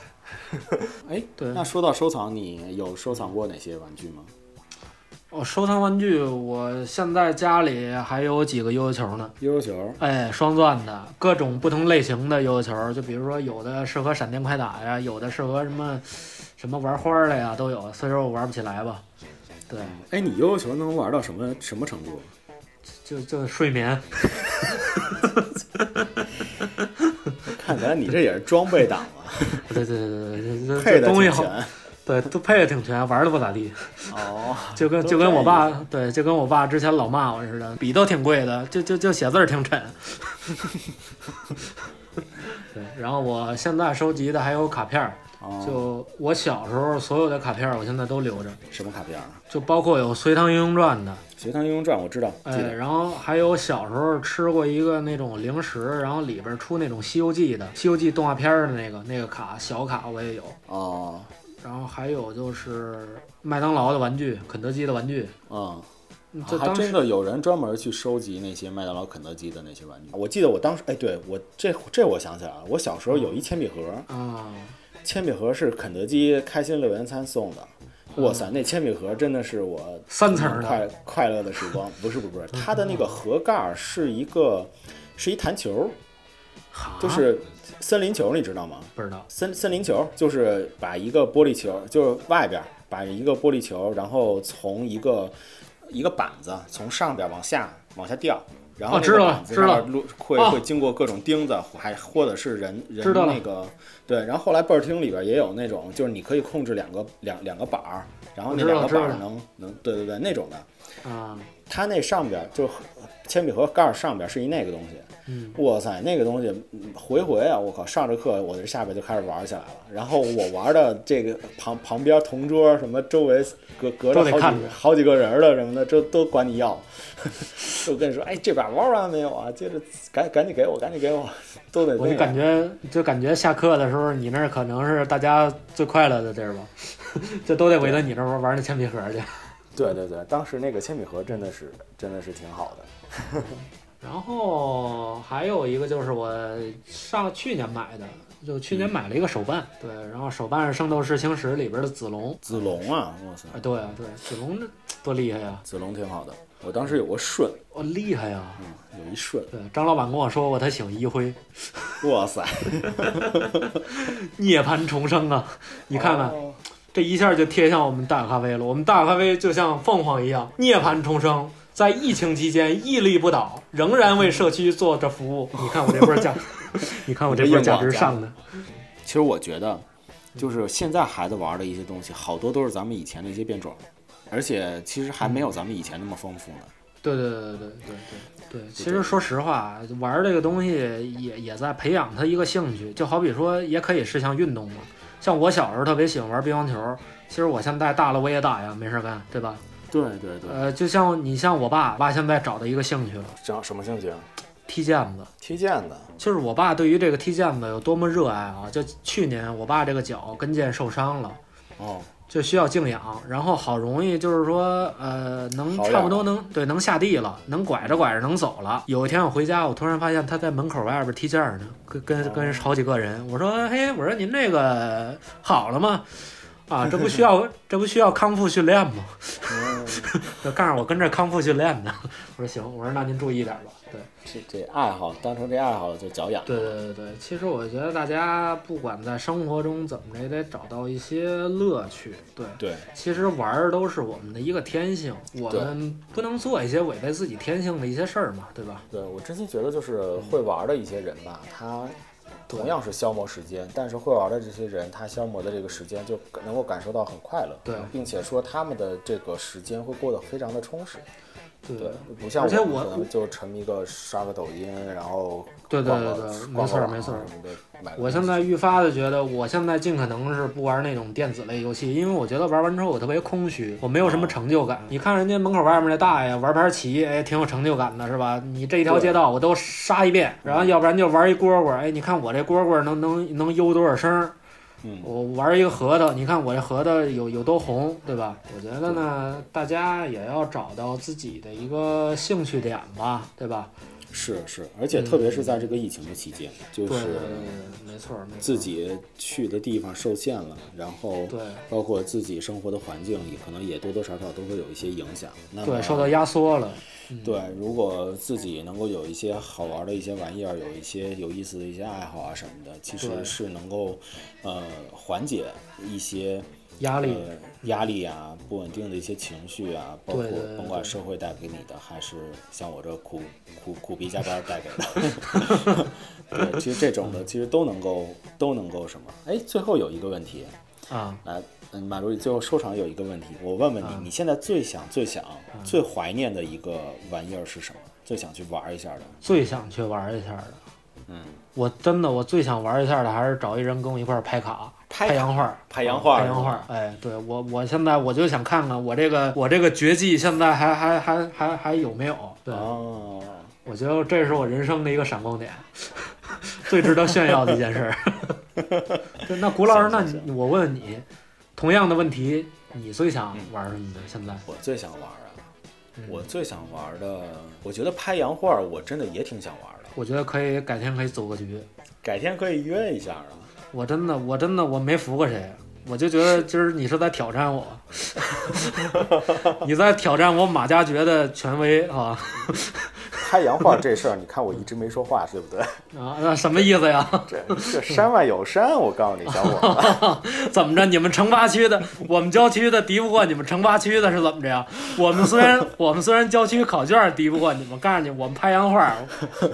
[SPEAKER 1] 哎，
[SPEAKER 2] 对
[SPEAKER 1] 那说到收藏，你有收藏过哪些玩具吗？
[SPEAKER 2] 哦，收藏玩具，我现在家里还有几个悠悠球呢。
[SPEAKER 1] 悠悠球，
[SPEAKER 2] 哎，双钻的各种不同类型的悠悠球，就比如说有的适合闪电快打呀，有的适合什么什么玩花儿的呀，都有。虽说我玩不起来吧，对，
[SPEAKER 1] 啊哎，你悠悠球能玩到什么什么程度？
[SPEAKER 2] 就就睡眠，
[SPEAKER 1] 看起来你这也是装备党 啊，
[SPEAKER 2] 对对对对对，这
[SPEAKER 1] 配
[SPEAKER 2] 这
[SPEAKER 1] 的
[SPEAKER 2] 东西
[SPEAKER 1] 挺
[SPEAKER 2] 好，
[SPEAKER 1] 全。
[SPEAKER 2] 对，都配的挺全，玩的不咋地，
[SPEAKER 1] 哦，
[SPEAKER 2] 就跟
[SPEAKER 1] 都
[SPEAKER 2] 就跟
[SPEAKER 1] 这
[SPEAKER 2] 我
[SPEAKER 1] 意
[SPEAKER 2] 爸对，就跟我爸之前老骂我似的，笔都挺贵的，就就就写字儿挺沉。 对，然后我现在收集的还有卡片儿，
[SPEAKER 1] 哦
[SPEAKER 2] 就我小时候所有的卡片儿，我现在都留着，
[SPEAKER 1] 什么卡片啊？
[SPEAKER 2] 就包括有《隋唐英雄传》的，
[SPEAKER 1] 《隋唐英雄传》我知道，记
[SPEAKER 2] 哎，
[SPEAKER 1] 得。
[SPEAKER 2] 然后还有小时候吃过一个那种零食，然后里边出那种《西游记》的《西游记》动画片儿的那个那个卡小卡我也有，
[SPEAKER 1] 哦，
[SPEAKER 2] 然后还有就是麦当劳的玩具、肯德基的玩具，
[SPEAKER 1] 嗯，
[SPEAKER 2] 嗯这
[SPEAKER 1] 还
[SPEAKER 2] 当
[SPEAKER 1] 真
[SPEAKER 2] 时
[SPEAKER 1] 的有人专门去收集那些麦当劳、肯德基的那些玩具。我记得我当时，哎，对我这这我想起来了，我小时候有一铅笔盒，
[SPEAKER 2] 啊，
[SPEAKER 1] 铅笔盒是肯德基开心乐园餐送的。哇塞，那铅笔盒真的是我
[SPEAKER 2] 嗯三层的
[SPEAKER 1] 快快乐的时光。 不是不是不是，它的那个盒盖儿是一个是一弹球，
[SPEAKER 2] 哈
[SPEAKER 1] 就是
[SPEAKER 2] 啊
[SPEAKER 1] 森林球，你知道吗？
[SPEAKER 2] 不知道
[SPEAKER 1] 森森林球就是把一个玻璃球，就是外边儿把一个玻璃球，然后从一个一个板子从上边往下往下掉，然后
[SPEAKER 2] 哦
[SPEAKER 1] 那
[SPEAKER 2] 知
[SPEAKER 1] 个
[SPEAKER 2] 道了
[SPEAKER 1] 板子
[SPEAKER 2] 知道
[SPEAKER 1] 上
[SPEAKER 2] 了
[SPEAKER 1] 路会
[SPEAKER 2] 哦
[SPEAKER 1] 会经过各种钉子，还或者是人人
[SPEAKER 2] 知道了
[SPEAKER 1] 那个对，然后后来倍儿厅里边也有那种，就是你可以控制两个两两个板儿，然后那
[SPEAKER 2] 我知道
[SPEAKER 1] 两个板
[SPEAKER 2] 知
[SPEAKER 1] 儿
[SPEAKER 2] 道
[SPEAKER 1] 能能对对对那种的，
[SPEAKER 2] 啊，
[SPEAKER 1] 它那上边儿就铅笔盒盖儿上边儿是一那个东西，
[SPEAKER 2] 嗯，
[SPEAKER 1] 哇塞，那个东西嗯回回啊，我靠，上着课我这下边就开始玩起来了。然后我玩的这个旁旁边同桌什么周围隔隔着
[SPEAKER 2] 都得
[SPEAKER 1] 好
[SPEAKER 2] 看
[SPEAKER 1] 几
[SPEAKER 2] 着
[SPEAKER 1] 好几个人的什么的，这都管你 要。就跟你说，哎，这把玩完没有啊？接着赶赶紧给我，赶紧给我， 都得。
[SPEAKER 2] 我就感
[SPEAKER 1] 觉
[SPEAKER 2] 觉就感觉下课的时候，你那儿可能是大家最快乐的地儿吧， 就都得围到你这儿玩玩那铅笔盒去。
[SPEAKER 1] 对对对，当时那个铅笔盒真的是真的是挺好的。
[SPEAKER 2] 然后还有一个就是我上去年买的，就去年买了一个手办，对，然后手办是《圣斗士星矢》里边的子龙，
[SPEAKER 1] 子龙啊，哇塞，
[SPEAKER 2] 啊，对啊，对，子龙这多厉害呀，
[SPEAKER 1] 子龙挺好的。我当时有个顺，
[SPEAKER 2] 哦，厉害呀，
[SPEAKER 1] 嗯，有一顺，
[SPEAKER 2] 对，张老板跟我说过，他喜欢一辉，
[SPEAKER 1] 哇塞，
[SPEAKER 2] 涅槃重生啊，你看看、
[SPEAKER 1] 哦
[SPEAKER 2] 这一下就贴向我们大咖啡了，我们大咖啡就像凤凰一样涅槃重生。在疫情期间屹立不倒，仍然为社区做着服务。你看我这波价， 你看我这波价值上的，
[SPEAKER 1] 其实我觉得，就是现在孩子玩的一些东西，好多都是咱们以前的一些变种，而且其实还没有咱们以前那么丰富呢。
[SPEAKER 2] 对对对对对对对对，其实说实话，玩儿这个东西也也在培养他一个兴趣，就好比说也可以是项运动嘛。像我小时候特别喜欢玩乒乓球，其实我现在大了我也打呀，没事儿干，对吧？
[SPEAKER 1] 对对对，
[SPEAKER 2] 呃，就像你像我爸，我爸现在找到一个兴趣了，
[SPEAKER 1] 长什么兴趣？
[SPEAKER 2] 踢毽子。
[SPEAKER 1] 踢毽子。
[SPEAKER 2] 就是我爸对于这个踢毽子有多么热爱啊！就去年我爸这个脚跟腱受伤了，
[SPEAKER 1] 哦，
[SPEAKER 2] 就需要静养，然后好容易就是说，呃，能
[SPEAKER 1] 好点儿
[SPEAKER 2] 差不多能对能下地了，能拐着拐着能走了。有一天我回家，我突然发现他在门口外边踢毽儿呢，
[SPEAKER 1] 哦
[SPEAKER 2] 跟跟跟好几个人。我说，嘿，我说您这个好了吗？ 啊，这不需要这不需要康复训练吗？就告诉我跟这康复训练呢。我说行，我说那您注意点吧。对。
[SPEAKER 1] 这这爱好，当成这爱好就脚痒。
[SPEAKER 2] 对对对对，其实我觉得大家不管在生活中怎么着，也得找到一些乐趣。对，
[SPEAKER 1] 对，
[SPEAKER 2] 其实玩儿都是我们的一个天性，我
[SPEAKER 1] 对
[SPEAKER 2] 们不能做一些违背自己天性的一些事儿嘛，对吧？
[SPEAKER 1] 对我真心觉得，就是会玩的一些人吧，他同样是消磨时间，但是会玩的这些人，他消磨的这个时间就能够感受到很快乐，
[SPEAKER 2] 对
[SPEAKER 1] 并且说他们的这个时间会过得非常的充实。
[SPEAKER 2] 对
[SPEAKER 1] 对，不像
[SPEAKER 2] 而且
[SPEAKER 1] 我
[SPEAKER 2] 我
[SPEAKER 1] 们可能就沉迷个刷个抖音，然后
[SPEAKER 2] 对对
[SPEAKER 1] 逛
[SPEAKER 2] 对
[SPEAKER 1] 个
[SPEAKER 2] 对没
[SPEAKER 1] 逛个
[SPEAKER 2] 错儿
[SPEAKER 1] 网啊
[SPEAKER 2] 没错儿
[SPEAKER 1] 什么的买个东
[SPEAKER 2] 我现
[SPEAKER 1] 西
[SPEAKER 2] 在愈发的觉得，我现在尽可能是不玩那种电子类游戏，因为我觉得玩完之后我特别空虚，我没有什
[SPEAKER 1] 啊
[SPEAKER 2] 么成就感。你看人家门口外面那大爷玩盘棋，哎，挺有成就感的，是吧？你这一条街道我都杀一遍，
[SPEAKER 1] 嗯
[SPEAKER 2] 然后要不然就玩一蝈蝈，哎，你看我这蝈蝈能能能悠多少声儿？
[SPEAKER 1] 嗯
[SPEAKER 2] 我玩一个核桃，你看我这核桃有有多红，对吧？我觉得呢，大家也要找到自己的一个兴趣点吧，对吧？
[SPEAKER 1] 是是，而且特别是在这个疫情的期间，就
[SPEAKER 2] 对对对
[SPEAKER 1] 是
[SPEAKER 2] 对，没错儿，没错儿。
[SPEAKER 1] 自己啊去的地方受限了，然后
[SPEAKER 2] 对
[SPEAKER 1] 包括自己生活的环境也可能也多多少少都会有一些影响。那
[SPEAKER 2] 对
[SPEAKER 1] 么
[SPEAKER 2] 受到压缩了。
[SPEAKER 1] 对，如果自己能够有一些好玩的一些玩意儿，有一些有意思的一些爱好啊什么的，其实
[SPEAKER 2] 对
[SPEAKER 1] 是能够，呃，缓解一些
[SPEAKER 2] 压力，
[SPEAKER 1] 呃压力啊、不稳定的一些情绪啊，包括
[SPEAKER 2] 对对对
[SPEAKER 1] 甭管社会带给你的，还是像我这苦苦苦逼加班带给 的。对，其实这种的其实都能够都能够什么？哎，最后有一个问题，
[SPEAKER 2] 啊，
[SPEAKER 1] 来，嗯，马如，最后收场有一个问题，我问问你，你现在最想、最想、
[SPEAKER 2] 啊
[SPEAKER 1] 最怀念的一个玩意儿是什么？最想去玩一下的？
[SPEAKER 2] 最想去玩一下的，嗯，我真的我最想玩一下的还是找一人跟我一块儿拍卡，
[SPEAKER 1] 拍
[SPEAKER 2] 拍
[SPEAKER 1] 卡
[SPEAKER 2] 洋画儿。
[SPEAKER 1] 拍洋画，
[SPEAKER 2] 太阳花，哎，对我，我现在我就想看看我这个我这个绝技现在还还还还还有没有？对，
[SPEAKER 1] 哦，
[SPEAKER 2] 我觉得这是我人生的一个闪光点， 最值得炫耀的一件事 儿。对，那谷老师，那
[SPEAKER 1] 行
[SPEAKER 2] 你我问你，同样的问题，你最
[SPEAKER 1] 嗯
[SPEAKER 2] 想玩什么呢？现在
[SPEAKER 1] 我最想玩啊，
[SPEAKER 2] 嗯
[SPEAKER 1] 我最想玩的，我觉得拍洋画，我真的也挺想玩的，
[SPEAKER 2] 我觉得可以改天可以组个局。
[SPEAKER 1] 改天可以约一下啊。
[SPEAKER 2] 我真的，我真的，我没服过谁，我就觉得今儿你是在挑战我， 你在挑战我马加爵的权威啊
[SPEAKER 1] 拍洋画这事儿，你看我一直没说话，对不对？
[SPEAKER 2] 啊！那什么意思呀？
[SPEAKER 1] 这这山外有山，我告诉你，小伙子，
[SPEAKER 2] 怎么着？你们城八区的，我们郊区的敌不过你们城八区的，是怎么着呀？我们虽然我们虽然郊区考卷敌不过你们，告诉你，我们拍洋画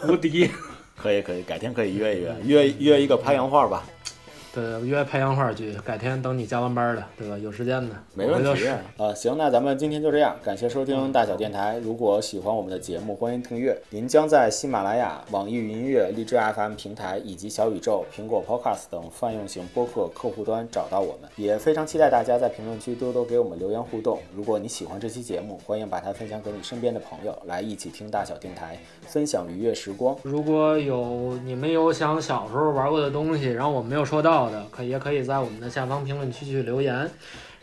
[SPEAKER 2] 无敌。
[SPEAKER 1] 可以可以，改天可以约一约，约约一个拍洋画吧，
[SPEAKER 2] 对，约拍洋画去，改天等你加完班了，对吧？有时间的，
[SPEAKER 1] 没问
[SPEAKER 2] 我回头
[SPEAKER 1] 题
[SPEAKER 2] 试
[SPEAKER 1] 啊、行，那咱们今天就这样，感谢收听大小电台。如果喜欢我们的节目，欢迎订阅。您将在喜马拉雅、网易云音乐、荔枝 FM 平台以及小宇宙、苹果 Podcast 等泛用型播客客户端找到我们。也非常期待大家在评论区多多给我们留言互动。如果你喜欢这期节目，欢迎把它分享给你身边的朋友，来一起听大小电台，分享愉悦时光。
[SPEAKER 2] 如果有你们有想小时候玩过的东西，然后我们没有说到的，可也可以在我们的下方评论区去留言。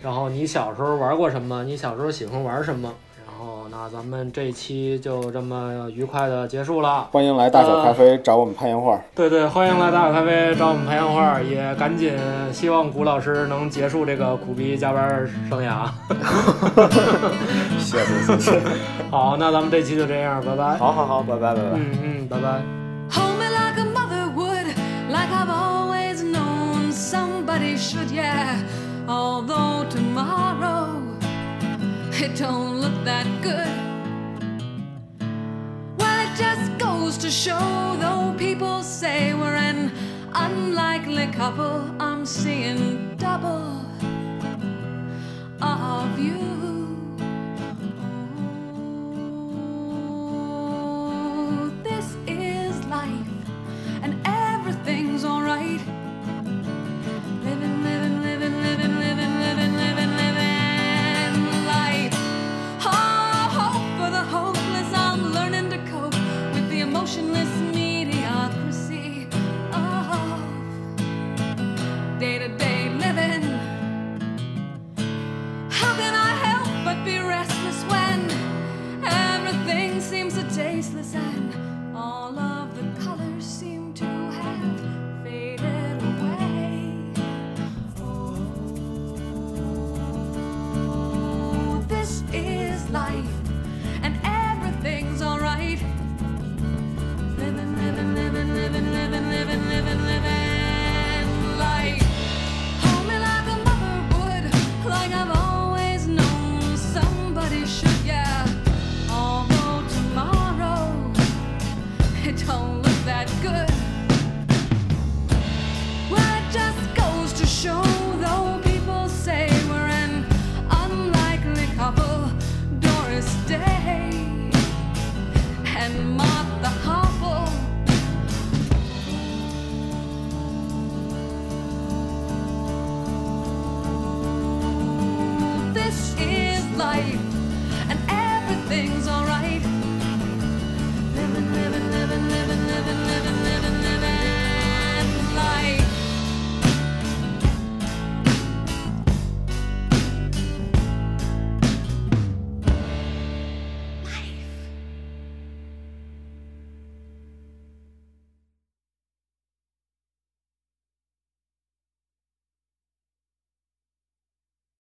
[SPEAKER 2] 然后你小时候玩过什么？你小时候喜欢玩什么？然后那咱们这一期就这么愉快的结束了。
[SPEAKER 1] 欢迎来大小咖啡找我们拍洋画。
[SPEAKER 2] 对对，欢迎来大小咖啡找我们拍洋画，也赶紧希望谷老师能结束这个苦逼加班生涯。
[SPEAKER 1] 谢谢谢谢。
[SPEAKER 2] 好，那咱们这期就这样，拜 拜。
[SPEAKER 1] 好好好，拜拜拜拜。
[SPEAKER 2] 嗯嗯，拜拜。
[SPEAKER 5] Hold me like a mother would, like I've always known somebody should, yeah. Although tomorrow it don't look that good. Well, it just goes to show, though people say we're an unlikely couple, I'm seeing double of you. Oh, this is life, and everything's alright. Living, living, living, living, living, living, living, living life. Oh, hope for the hopeless. I'm learning to cope with the emotionless mediocrity of day-to-day living. How can I help but be restless when everything seems so tasteless and all of the colors seem to have faded away? Oh, this is life, and everything's alright. Living, living, living, living, living, living, living, living life. Hold me like a mother would, like I've always known somebody should, yeah. Although tomorrow it don't look that good.